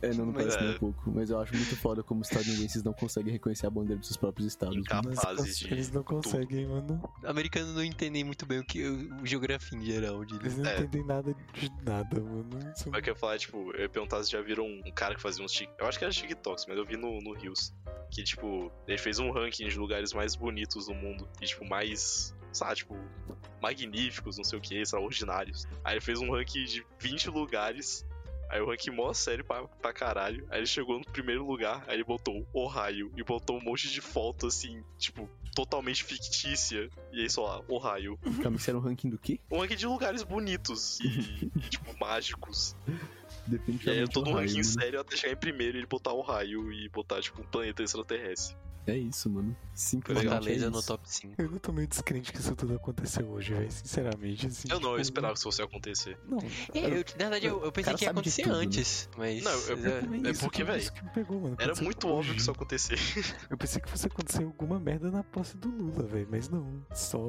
Speaker 1: É, não, não
Speaker 4: mas
Speaker 1: parece nem
Speaker 2: é.
Speaker 1: um pouco. Mas eu acho muito foda como os estadunidenses não conseguem reconhecer a bandeira dos seus próprios estados.
Speaker 3: Mas
Speaker 2: Incapazes
Speaker 3: eles-
Speaker 2: de.
Speaker 3: Eles não conseguem, mano.
Speaker 4: Americanos não entendem muito bem o que o geografia em geral, de
Speaker 3: Eles não
Speaker 2: É.
Speaker 3: entendem nada de nada, mano. São-
Speaker 2: Como é que eu ia falar, tipo, eu ia perguntar se já viram um cara que fazia uns tic- Eu acho que era TikToks, mas eu vi no, no Rios. Que, tipo, ele fez um ranking de lugares mais bonitos do mundo. E, tipo, mais. Sabe, tipo, magníficos, não sei o que, extraordinários. Aí ele fez um ranking de 20 lugares. Aí o ranking mó sério pra, pra caralho. Aí ele chegou no primeiro lugar, aí ele botou Ohio e botou um monte de foto, assim, tipo, totalmente fictícia. E aí só lá, Ohio.
Speaker 1: Calma, isso era um ranking do quê?
Speaker 2: um ranking de lugares bonitos e, tipo, mágicos. E aí eu
Speaker 1: Definitivamente.
Speaker 2: tô né? num
Speaker 1: Ohio,
Speaker 2: ranking
Speaker 1: mano.
Speaker 2: sério até chegar em primeiro e ele botar o raio e botar, tipo, um planeta extraterrestre.
Speaker 1: É isso, mano. Simplesmente.
Speaker 4: Fortaleza
Speaker 1: é
Speaker 4: no
Speaker 1: isso.
Speaker 4: top 5.
Speaker 3: Eu tô meio descrente que isso tudo aconteceu hoje, velho. Sinceramente, assim.
Speaker 2: Eu não, eu
Speaker 3: tipo,
Speaker 2: esperava que isso fosse acontecer.
Speaker 3: Não,
Speaker 4: É, eu, na verdade, eu, eu pensei
Speaker 1: cara
Speaker 4: que ia
Speaker 1: sabe de
Speaker 4: acontecer
Speaker 1: tudo, né?
Speaker 4: antes, mas.
Speaker 2: Não, eu-
Speaker 4: é,
Speaker 3: também,
Speaker 2: é
Speaker 3: isso
Speaker 2: porque,
Speaker 3: que-
Speaker 2: véi,
Speaker 3: isso que me pegou, mano.
Speaker 2: Era
Speaker 3: Aconteceu
Speaker 2: muito
Speaker 3: hoje.
Speaker 2: óbvio que isso acontecesse.
Speaker 3: Eu pensei que fosse acontecer alguma merda na posse do Lula, velho, mas não. Só.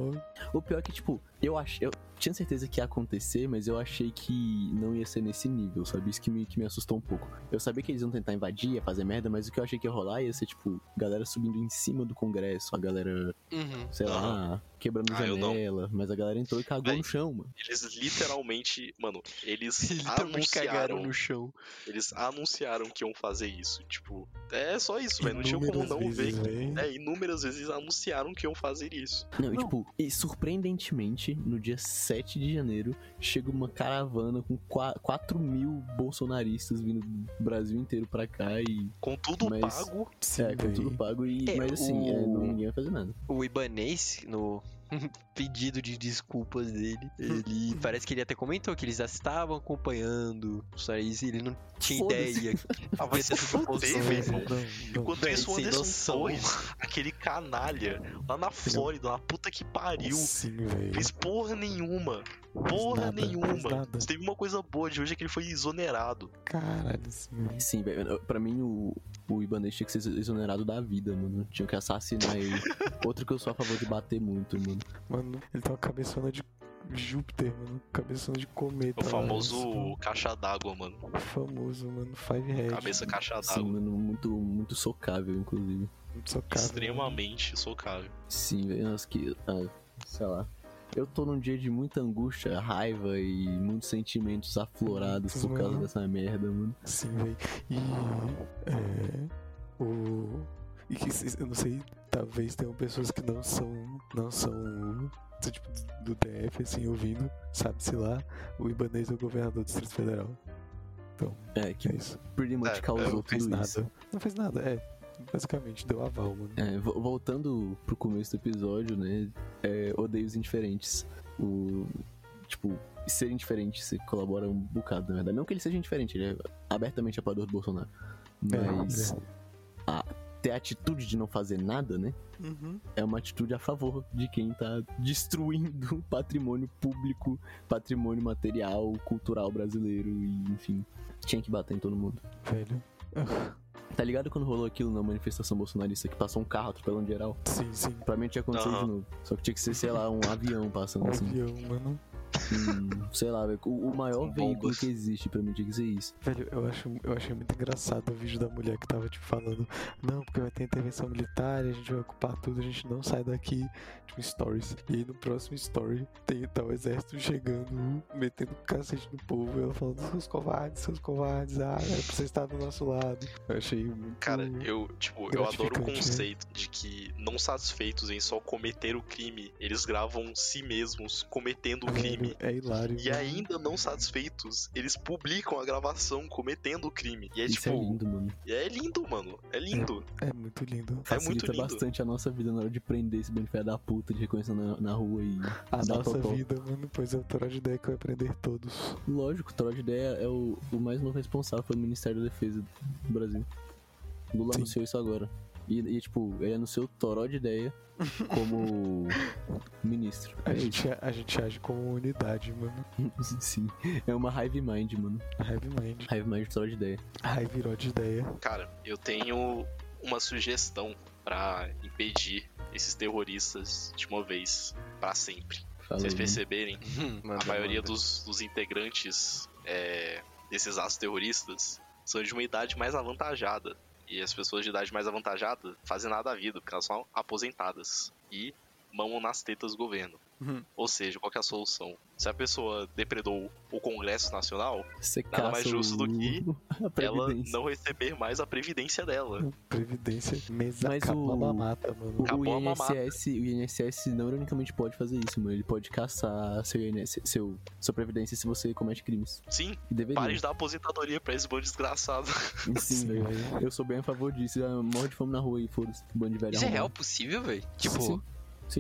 Speaker 1: O pior é que, tipo, eu achei. Eu tinha certeza que ia acontecer, mas eu achei que não ia ser nesse nível, sabe? Isso que me, que me assustou um pouco. Eu sabia que eles iam tentar invadir, ia fazer merda, mas o que eu achei que ia rolar ia ser, tipo, galera subindo em cima do Congresso, a galera,
Speaker 4: uhum.
Speaker 1: sei lá, quebrando
Speaker 2: Ah, eu não.
Speaker 1: janela, mas a galera entrou e cagou
Speaker 2: Véi.
Speaker 1: no chão, mano.
Speaker 2: Eles literalmente, mano, eles
Speaker 4: Eles também cagaram
Speaker 2: anunciaram,
Speaker 4: no chão.
Speaker 2: eles anunciaram que iam fazer isso, tipo, é só isso, velho, não tinha como
Speaker 3: Inúmeras
Speaker 2: não ver.
Speaker 3: vezes, véi.
Speaker 2: É, inúmeras vezes eles anunciaram que iam fazer isso.
Speaker 1: Não, e
Speaker 3: Não.
Speaker 1: tipo, e surpreendentemente, no dia 7 de janeiro, chega uma caravana com 4 mil bolsonaristas vindo do Brasil inteiro pra cá e.
Speaker 2: Com tudo
Speaker 1: Mas-
Speaker 2: pago,
Speaker 3: Sim,
Speaker 1: é, com
Speaker 3: véi.
Speaker 1: tudo pago e.
Speaker 4: É,
Speaker 1: mas assim, é,
Speaker 4: o-
Speaker 1: não, ninguém vai fazer nada.
Speaker 4: O Ibanês, no pedido de desculpas dele, ele parece que ele até comentou que eles já estavam acompanhando, só isso ele não tinha
Speaker 1: Foda-se.
Speaker 4: ideia.
Speaker 2: ah, vai né? se fuder,
Speaker 4: Bolsonaro.
Speaker 2: meu irmão.
Speaker 3: Não, não.
Speaker 2: Enquanto isso, o
Speaker 4: sem
Speaker 2: Anderson
Speaker 4: noção.
Speaker 2: Torres, aquele canalha, lá na Flórida, na puta que pariu,
Speaker 3: Sim, velho.
Speaker 2: fez porra nenhuma. Porra
Speaker 3: nada, fez
Speaker 2: nenhuma.
Speaker 3: nada.
Speaker 2: Se teve uma coisa boa de hoje é que ele foi exonerado.
Speaker 3: Caralho, sim, velho.
Speaker 1: Sim, velho. Pra mim, o, o Ibanez tinha que ser exonerado da vida, mano. Tinha que assassinar ele. Outro que eu sou a favor de bater muito, mano.
Speaker 3: Mano, ele tá uma cabeçona de Júpiter, mano. Cabeçona de cometa.
Speaker 2: O
Speaker 3: lá,
Speaker 2: famoso
Speaker 3: isso.
Speaker 2: caixa d'água, mano.
Speaker 3: Famoso, mano. Five Head.
Speaker 2: Cabeça caixa
Speaker 1: Sim,
Speaker 2: d'água.
Speaker 1: mano, muito, muito socável, inclusive.
Speaker 3: Muito socado.
Speaker 2: Extremamente socável.
Speaker 1: Sim, velho. Nossa, que. ah, sei lá. Eu tô num dia de muita angústia, raiva e muitos sentimentos aflorados por causa dessa merda, mano.
Speaker 3: Sim, velho. E. É. O. E que, se- eu não sei, talvez tenham pessoas que não são. Não são. do Tipo, do DF, assim, ouvindo. Sabe-se lá, o Ibanez é o governador do Distrito Federal.
Speaker 1: É, que
Speaker 3: É isso.
Speaker 1: pretty much
Speaker 2: É,
Speaker 1: causou
Speaker 3: Não fez
Speaker 1: tudo
Speaker 3: nada.
Speaker 1: isso.
Speaker 3: Não fez nada, é. Basicamente, deu aval, mano.
Speaker 1: É, vo- voltando pro começo do episódio, né? É, odeio os indiferentes. O. Tipo, ser indiferente se colabora um bocado, na verdade. Não que ele seja indiferente, ele é abertamente apoiador do Bolsonaro. Mas
Speaker 3: É,
Speaker 1: ter a atitude de não fazer nada, né?
Speaker 3: é. Uhum.
Speaker 1: é uma atitude a favor de quem tá destruindo o patrimônio público, patrimônio material, cultural brasileiro e enfim. Tinha que bater em todo mundo.
Speaker 3: Velho.
Speaker 1: Tá ligado quando rolou aquilo na manifestação bolsonarista que passou um carro atropelando geral?
Speaker 3: Sim, sim.
Speaker 1: Pra mim tinha acontecido
Speaker 2: Aham.
Speaker 1: de novo. Só que tinha que ser, sei lá, um avião passando
Speaker 3: Um
Speaker 1: assim.
Speaker 3: avião, mano.
Speaker 1: Hum, sei lá, velho. o, o maior
Speaker 2: Com
Speaker 1: veículo
Speaker 2: bombas.
Speaker 1: que existe pra mim tinha que ser isso.
Speaker 3: Velho, eu, acho, eu achei muito engraçado o vídeo da mulher que tava, tipo, falando Não, porque vai ter intervenção militar, a gente vai ocupar tudo, a gente não sai daqui Tipo, stories E aí no próximo story, tem tá o exército chegando, metendo cacete no povo E ela falando, seus covardes, seus covardes, ah, era pra você estar do nosso lado Eu achei muito...
Speaker 2: Cara, eu, tipo, eu adoro o
Speaker 3: Hum. gratificante, né?
Speaker 2: conceito de que, não satisfeitos em só cometer o crime, eles gravam si mesmos cometendo o
Speaker 3: Velho,
Speaker 2: crime.
Speaker 3: É hilário
Speaker 2: E
Speaker 3: mano.
Speaker 2: ainda não satisfeitos, eles publicam a gravação cometendo o crime. E é
Speaker 1: Isso é
Speaker 2: tipo,
Speaker 1: lindo, mano.
Speaker 2: é lindo, mano. É lindo.
Speaker 3: É muito lindo
Speaker 1: Facilita
Speaker 2: lindo.
Speaker 1: bastante a nossa vida na hora de prender esse bando de filha da puta, de reconhecer na, na rua e
Speaker 3: A
Speaker 1: Dá
Speaker 3: nossa
Speaker 1: totó.
Speaker 3: vida, mano, pois é o Toró de ideia que vai prender todos
Speaker 1: Lógico, o Troll de Ideia é o, o mais novo responsável pelo Ministério da Defesa do Brasil. Lula
Speaker 3: Sim.
Speaker 1: anunciou isso agora. E, e, tipo, ele anunciou o Toró de Ideia como ministro.
Speaker 3: a
Speaker 1: É isso.
Speaker 3: gente, a gente age como unidade, mano
Speaker 1: Sim. É uma Hive Mind, mano.
Speaker 3: A Heavy Mind
Speaker 1: Hive Mind Toró de Ideia.
Speaker 3: Ai, virou de ideia.
Speaker 2: Cara, eu tenho uma sugestão pra impedir esses terroristas de uma vez, pra sempre.
Speaker 1: Fala,
Speaker 2: Vocês
Speaker 1: mano.
Speaker 2: perceberem,
Speaker 4: Manda,
Speaker 2: a maioria
Speaker 4: manda.
Speaker 2: dos, dos integrantes é, desses atos terroristas são de uma idade mais avantajada. E as pessoas de idade mais avantajada fazem nada da vida, porque elas são aposentadas. E mamam nas tetas do governo.
Speaker 3: Uhum.
Speaker 2: Ou seja, qual que é a solução? Se a pessoa depredou o Congresso Nacional,
Speaker 1: Você
Speaker 2: nada
Speaker 1: caça
Speaker 2: mais justo do
Speaker 1: o-
Speaker 2: que
Speaker 1: a
Speaker 2: ela
Speaker 1: Previdência.
Speaker 2: não receber mais a previdência dela.
Speaker 3: Previdência, mesa,
Speaker 1: Mas
Speaker 3: acabou
Speaker 1: o-
Speaker 3: a mamata, mano.
Speaker 1: O, o
Speaker 2: Acabou a mamata.
Speaker 1: INSS, o INSS não ironicamente pode fazer isso, mano. Ele pode caçar seu INSS, seu, sua previdência se você comete crimes.
Speaker 2: Sim,
Speaker 1: E deveria.
Speaker 2: pare de dar aposentadoria pra esse bando desgraçado.
Speaker 1: Sim, velho.
Speaker 3: é,
Speaker 1: Eu sou bem a favor disso, já morre de fome na rua e foda-se, bando de velho
Speaker 4: Isso é real
Speaker 1: arrombado.
Speaker 4: possível, velho? Tipo,
Speaker 1: Sim,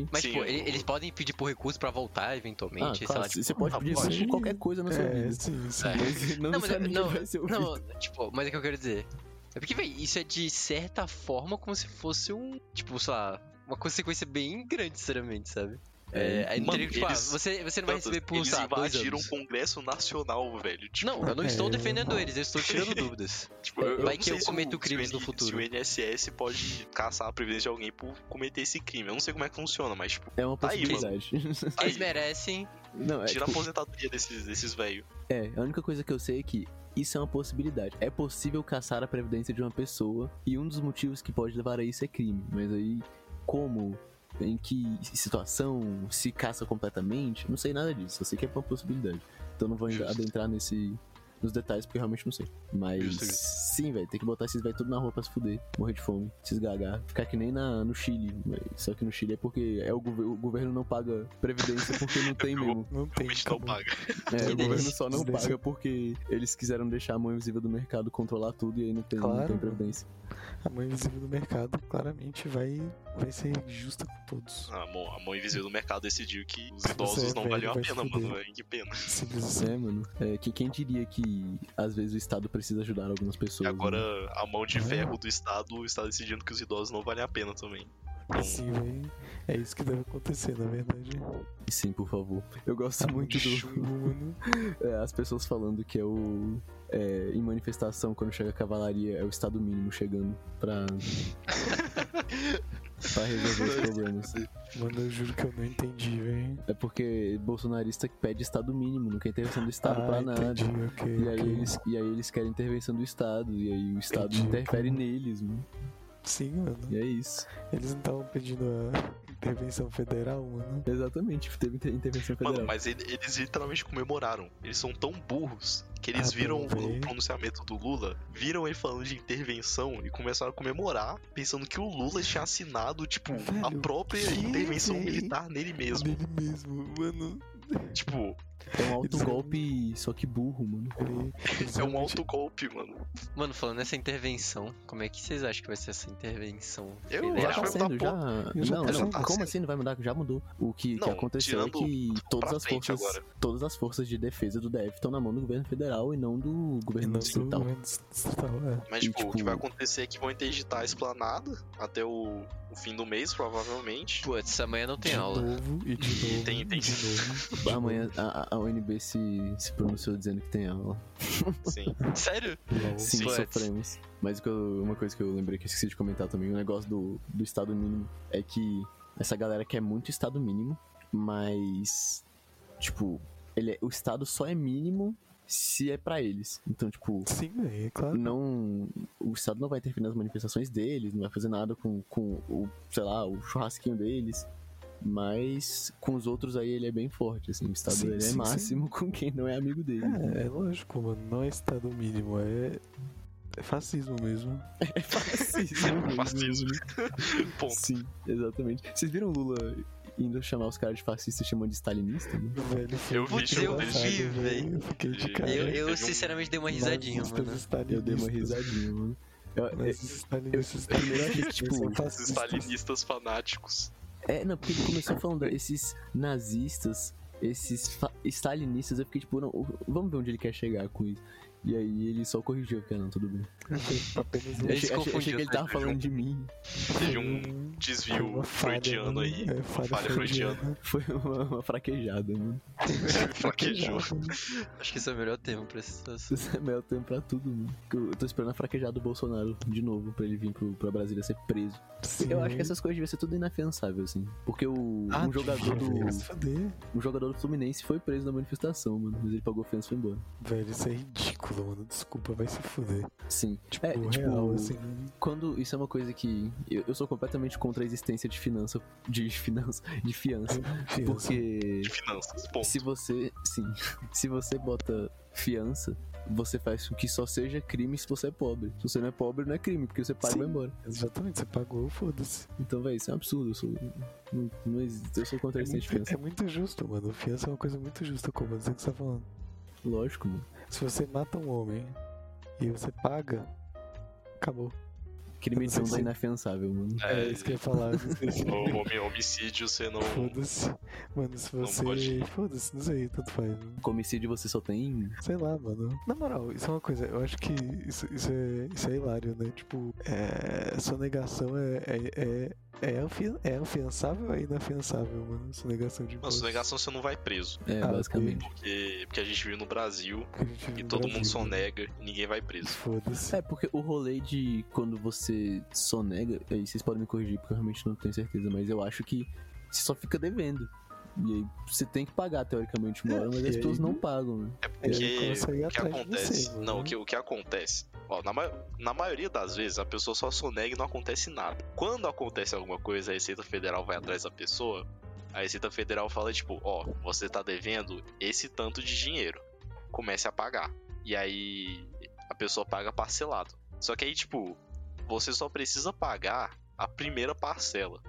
Speaker 1: sim.
Speaker 4: mas
Speaker 2: Sim,
Speaker 4: tipo,
Speaker 2: eu-
Speaker 4: ele- eles podem pedir por recurso pra voltar eventualmente,
Speaker 1: Ah,
Speaker 4: sei
Speaker 1: claro,
Speaker 4: lá, tipo,
Speaker 1: você pode
Speaker 2: ah,
Speaker 1: pedir
Speaker 2: pode.
Speaker 1: por qualquer coisa na sua
Speaker 3: É,
Speaker 1: vida.
Speaker 3: sim, sim.
Speaker 1: Mas não,
Speaker 4: Não, mas-
Speaker 1: necessariamente
Speaker 4: não,
Speaker 1: vai ser o
Speaker 4: Não, tipo, mas é que eu quero dizer. É porque, véi, isso é de certa forma como se fosse um. Tipo, sei lá, uma consequência bem grande, sinceramente, sabe? É, aí
Speaker 2: Mano,
Speaker 4: teria que, tipo, ah,
Speaker 2: eles-
Speaker 4: você, você não vai receber por,
Speaker 2: eles
Speaker 4: sei lá, dois
Speaker 2: invadiram
Speaker 4: anos.
Speaker 2: o Congresso Nacional, velho. Tipo,
Speaker 4: Não, eu não estou
Speaker 3: É.
Speaker 4: defendendo eles, eu estou tirando dúvidas.
Speaker 2: tipo, eu,
Speaker 4: vai
Speaker 2: não
Speaker 4: que
Speaker 2: sei
Speaker 4: eu
Speaker 2: se
Speaker 4: cometo
Speaker 2: o- se
Speaker 4: crimes
Speaker 2: o
Speaker 4: no
Speaker 2: N-
Speaker 4: futuro.
Speaker 2: Se o INSS pode caçar a previdência de alguém por cometer esse crime. Eu não sei como é que funciona, mas, tipo,
Speaker 1: É uma
Speaker 2: Tá aí,
Speaker 1: possibilidade.
Speaker 2: tá
Speaker 4: Eles
Speaker 2: aí,
Speaker 4: merecem.
Speaker 1: não, é,
Speaker 2: tira a
Speaker 1: tipo,
Speaker 2: aposentadoria desses, desses velhos.
Speaker 1: é, a única coisa que eu sei é que isso é uma possibilidade. É possível caçar a previdência de uma pessoa e um dos motivos que pode levar a isso é crime. Mas aí, como em que situação se caça completamente. Não sei nada disso, eu sei que é uma possibilidade. Então não vou
Speaker 2: Justo.
Speaker 1: adentrar nesse, nos detalhes porque eu realmente não sei. Mas
Speaker 2: Justo, justo.
Speaker 1: sim, velho, tem que botar esses velho tudo na rua pra se fuder, morrer de fome, se esgagar, ficar que nem na, no Chile. véi. Só que no Chile é porque é o, gover- o governo não paga previdência porque não tem
Speaker 2: porque o-
Speaker 1: mesmo.
Speaker 3: Não tem.
Speaker 2: Realmente não
Speaker 3: acabou.
Speaker 2: paga.
Speaker 1: É, o
Speaker 4: Eles-
Speaker 1: governo só não
Speaker 3: eles deixam-
Speaker 1: paga porque eles quiseram deixar a mão invisível do mercado controlar tudo e aí não tem, não
Speaker 3: Claro.
Speaker 1: tem previdência.
Speaker 3: A mãe invisível do mercado claramente vai, vai ser justa com todos.
Speaker 2: Ah, A mão, a mão invisível do mercado decidiu que os
Speaker 3: Se você
Speaker 2: idosos
Speaker 3: é
Speaker 2: não
Speaker 3: velho,
Speaker 2: valiam a
Speaker 3: vai se
Speaker 2: pena,
Speaker 3: fuder.
Speaker 2: mano. velho, Que pena.
Speaker 3: Simples assim.
Speaker 1: É, mano. É, que, quem diria que às vezes o Estado precisa ajudar algumas
Speaker 2: E
Speaker 1: pessoas?
Speaker 2: agora
Speaker 1: né?
Speaker 2: a mão de
Speaker 3: Ah.
Speaker 2: ferro do Estado está decidindo que os idosos não valem a pena também.
Speaker 3: Assim, véi. É isso que deve acontecer, na verdade.
Speaker 1: E Sim, por favor. Eu
Speaker 3: Tá
Speaker 1: gosto muito do.
Speaker 3: chumbo, mano.
Speaker 1: é, as pessoas falando que é o. é, em manifestação, quando chega a cavalaria, é o Estado mínimo chegando pra. pra resolver os problemas.
Speaker 3: Mano, eu juro que eu não entendi, véi.
Speaker 1: É porque bolsonarista que pede Estado mínimo, não quer intervenção do Estado
Speaker 3: ah,
Speaker 1: Tá pra nada.
Speaker 3: entendi, ok.
Speaker 1: E aí,
Speaker 3: ok.
Speaker 1: eles, e aí eles querem intervenção do Estado, e aí o Estado
Speaker 3: Entendi,
Speaker 1: interfere
Speaker 3: cara.
Speaker 1: neles, mano.
Speaker 3: Sim, mano.
Speaker 1: E é isso.
Speaker 3: Eles não estavam pedindo a intervenção federal, mano.
Speaker 1: Exatamente, teve inter- intervenção federal.
Speaker 2: Mano, mas ele- eles literalmente comemoraram. Eles são tão burros que eles
Speaker 3: Ah, pra
Speaker 2: viram
Speaker 3: não
Speaker 2: o
Speaker 3: ver.
Speaker 2: pronunciamento do Lula, viram ele falando de intervenção e começaram a comemorar, pensando que o Lula tinha assinado, tipo, a
Speaker 3: Velho,
Speaker 2: própria
Speaker 3: que,
Speaker 2: intervenção
Speaker 3: véi?
Speaker 2: militar nele mesmo.
Speaker 3: Dele mesmo, mano.
Speaker 2: Tipo,
Speaker 1: É um autogolpe, só que burro, mano.
Speaker 3: Ele, eles
Speaker 2: é um
Speaker 3: realmente-
Speaker 2: autogolpe, mano.
Speaker 4: Mano, falando nessa intervenção, como é que vocês acham que vai ser essa intervenção?
Speaker 2: Eu
Speaker 4: federal?
Speaker 1: Já
Speaker 2: acho é um
Speaker 1: tá
Speaker 2: vai mudar
Speaker 1: sendo, já.
Speaker 2: pouco.
Speaker 3: Eu já
Speaker 1: Não,
Speaker 3: tá
Speaker 1: não,
Speaker 3: sendo.
Speaker 1: como assim não vai mudar? Já mudou. O que, que
Speaker 2: Não,
Speaker 1: aconteceu é
Speaker 2: tirando
Speaker 1: que todas
Speaker 2: pra
Speaker 1: as
Speaker 2: frente
Speaker 1: forças.
Speaker 2: agora.
Speaker 1: Todas as forças de defesa do DF estão na mão do governo federal e não do
Speaker 3: E
Speaker 1: governo
Speaker 3: não sou
Speaker 1: distrital.
Speaker 3: governo distrital, é.
Speaker 2: Mas,
Speaker 1: E,
Speaker 2: tipo, o que
Speaker 1: tipo-
Speaker 2: vai acontecer é que vão interditar a esplanada até o, o fim do mês, provavelmente.
Speaker 4: Putz, amanhã não tem
Speaker 3: de
Speaker 4: aula.
Speaker 3: novo e de novo
Speaker 2: Tem- tem.
Speaker 3: e de novo. de
Speaker 1: Amanhã a, a- a UNB se, se pronunciou dizendo que tem aula.
Speaker 2: Sim.
Speaker 4: Sério?
Speaker 3: novo.
Speaker 1: Sim,
Speaker 4: Puts.
Speaker 1: sofremos. Mas o que eu- uma coisa que eu lembrei que eu esqueci de comentar também, o negócio do, do estado mínimo, é que essa galera quer muito estado mínimo, mas, tipo, ele é- o estado só é mínimo se é pra eles. Então, tipo,
Speaker 3: Sim, velho, é claro.
Speaker 1: não o estado não vai interferir nas manifestações deles, não vai fazer nada com, com o, sei lá, o churrasquinho deles. Mas com os outros aí ele é bem forte, assim, o estado
Speaker 3: Sim,
Speaker 1: ele é
Speaker 3: sim,
Speaker 1: máximo com quem não é amigo dele.
Speaker 3: É, é lógico, mano. Não é estado mínimo, é. É fascismo mesmo.
Speaker 1: É fascismo. mesmo,
Speaker 2: Fascismo.
Speaker 1: né?
Speaker 2: Ponto.
Speaker 1: Sim, exatamente. Vocês viram o Lula indo chamar os caras de fascista chamando de stalinista? né?
Speaker 3: Velho, foi
Speaker 2: Eu vi,
Speaker 3: muito
Speaker 4: eu
Speaker 3: engraçado,
Speaker 4: vi, velho.
Speaker 3: Eu fiquei de
Speaker 2: Eu-
Speaker 3: cara.
Speaker 4: Eu,
Speaker 2: teve um-
Speaker 4: eu sinceramente dei uma risadinha,
Speaker 3: Nazistas,
Speaker 4: mano.
Speaker 1: Eu dei uma
Speaker 3: stalinistas.
Speaker 1: risadinha, mano. Eu- é-
Speaker 3: Mas os stalinistas
Speaker 1: eu primeiro achei que,
Speaker 3: eles
Speaker 1: tipo,
Speaker 3: são
Speaker 1: os
Speaker 2: Esses
Speaker 3: fascistas.
Speaker 2: stalinistas fanáticos.
Speaker 1: é, não, porque ele começou falando esses nazistas, esses fa- stalinistas. Eu fiquei tipo, não, o- vamos ver onde ele quer chegar com isso. E aí ele só corrigiu, eu fiquei, "Ah, não, tudo bem.
Speaker 3: Apenas
Speaker 1: Eu
Speaker 3: um-
Speaker 4: Ele
Speaker 1: achei,
Speaker 4: se
Speaker 1: achei- achei
Speaker 4: confundiu,
Speaker 1: que ele
Speaker 4: né?
Speaker 1: tava falando de mim.
Speaker 2: Teve um
Speaker 3: um-
Speaker 2: desvio
Speaker 3: uma falha,
Speaker 2: freudiano
Speaker 3: mano.
Speaker 2: aí.
Speaker 3: É,
Speaker 2: Uma falha freudiana.
Speaker 1: Foi uma, uma fraquejada, mano.
Speaker 3: É.
Speaker 2: Fraquejou.
Speaker 4: Acho que esse é o melhor termo pra essa situação.
Speaker 1: Isso é melhor tempo pra tudo, mano. Que Eu eu tô esperando a fraquejada do Bolsonaro de novo pra ele vir pro, pra Brasília ser preso.
Speaker 3: Sim.
Speaker 1: Eu acho que essas coisas deviam ser tudo inafiançável, assim. Porque o,
Speaker 3: Ah,
Speaker 1: um jogador do.
Speaker 3: devia se fuder.
Speaker 1: Um jogador do Fluminense foi preso na manifestação, mano. Mas ele pagou ofensa e foi embora.
Speaker 3: Velho, isso é ridículo, mano. Desculpa, vai se fuder.
Speaker 1: Sim.
Speaker 3: Tipo,
Speaker 1: É,
Speaker 3: real,
Speaker 1: tipo,
Speaker 3: assim.
Speaker 1: Quando. Isso é uma coisa que. Eu, eu sou completamente contra a existência de finança. De finança. De fiança.
Speaker 3: enfim,
Speaker 1: tipo
Speaker 3: assim,
Speaker 1: Porque.
Speaker 2: De finanças. Ponto.
Speaker 1: Se você. Sim. Se você bota fiança, você faz com que só seja crime se você é pobre. Se você não é pobre, não é crime, porque você paga e
Speaker 3: Sim.
Speaker 1: vai embora.
Speaker 3: Exatamente, você pagou, foda-se.
Speaker 1: Então, véi, isso é um absurdo. Eu sou. Não, não existe- eu sou contra a
Speaker 3: É
Speaker 1: existência de
Speaker 3: muito,
Speaker 1: fiança.
Speaker 3: é muito justo, mano. Fiança é uma coisa muito justa, como você que você tá falando.
Speaker 1: Lógico, mano.
Speaker 3: Se você mata um homem e você paga, acabou.
Speaker 1: Crime de
Speaker 3: Sim,
Speaker 1: onda
Speaker 3: sim.
Speaker 1: inafiançável, mano.
Speaker 3: É, isso que eu ia falar. eu esqueci.
Speaker 2: o homi- homicídio você não.
Speaker 3: Foda-se. Mano, se você.
Speaker 2: pode.
Speaker 3: Foda-se, não sei, tanto faz.
Speaker 1: Comicídio você só tem.
Speaker 3: Sei lá, mano. Na moral, isso é uma coisa, eu acho que isso, isso, é, isso é hilário, né? Tipo, é, sonegação é, é, é, é, afi- é afiançável ou é inafiançável, mano? Sonegação de
Speaker 2: Não,
Speaker 3: imposto.
Speaker 2: sonegação você não vai preso.
Speaker 1: É,
Speaker 3: Ah,
Speaker 1: basicamente.
Speaker 2: Porque, porque a gente vive no Brasil
Speaker 3: que a gente vive
Speaker 2: e
Speaker 3: no
Speaker 2: todo
Speaker 3: Brasil,
Speaker 2: mundo
Speaker 3: né?
Speaker 2: sonega e ninguém vai preso.
Speaker 3: Foda-se.
Speaker 1: É, porque o rolê de quando você sonega, aí vocês podem me corrigir porque eu realmente não tenho certeza, mas eu acho que você só fica devendo. E aí você tem que pagar, teoricamente, uma hora, mas
Speaker 3: e
Speaker 1: as
Speaker 3: aí-
Speaker 1: pessoas É, não pagam, né?
Speaker 2: É
Speaker 3: Ele
Speaker 2: porque
Speaker 3: começa a ir
Speaker 2: o que
Speaker 3: então atrás de
Speaker 2: acontece?
Speaker 3: você,
Speaker 2: não,
Speaker 3: né?
Speaker 2: o que, o que acontece? Ó, na, ma- na maioria das vezes a pessoa só sonega e não acontece nada. Quando acontece alguma coisa, a Receita Federal vai atrás da pessoa. A Receita Federal fala tipo, ó, você tá devendo esse tanto de dinheiro. Comece a pagar. E aí a pessoa paga parcelado. Só que aí tipo, você só precisa pagar a primeira parcela.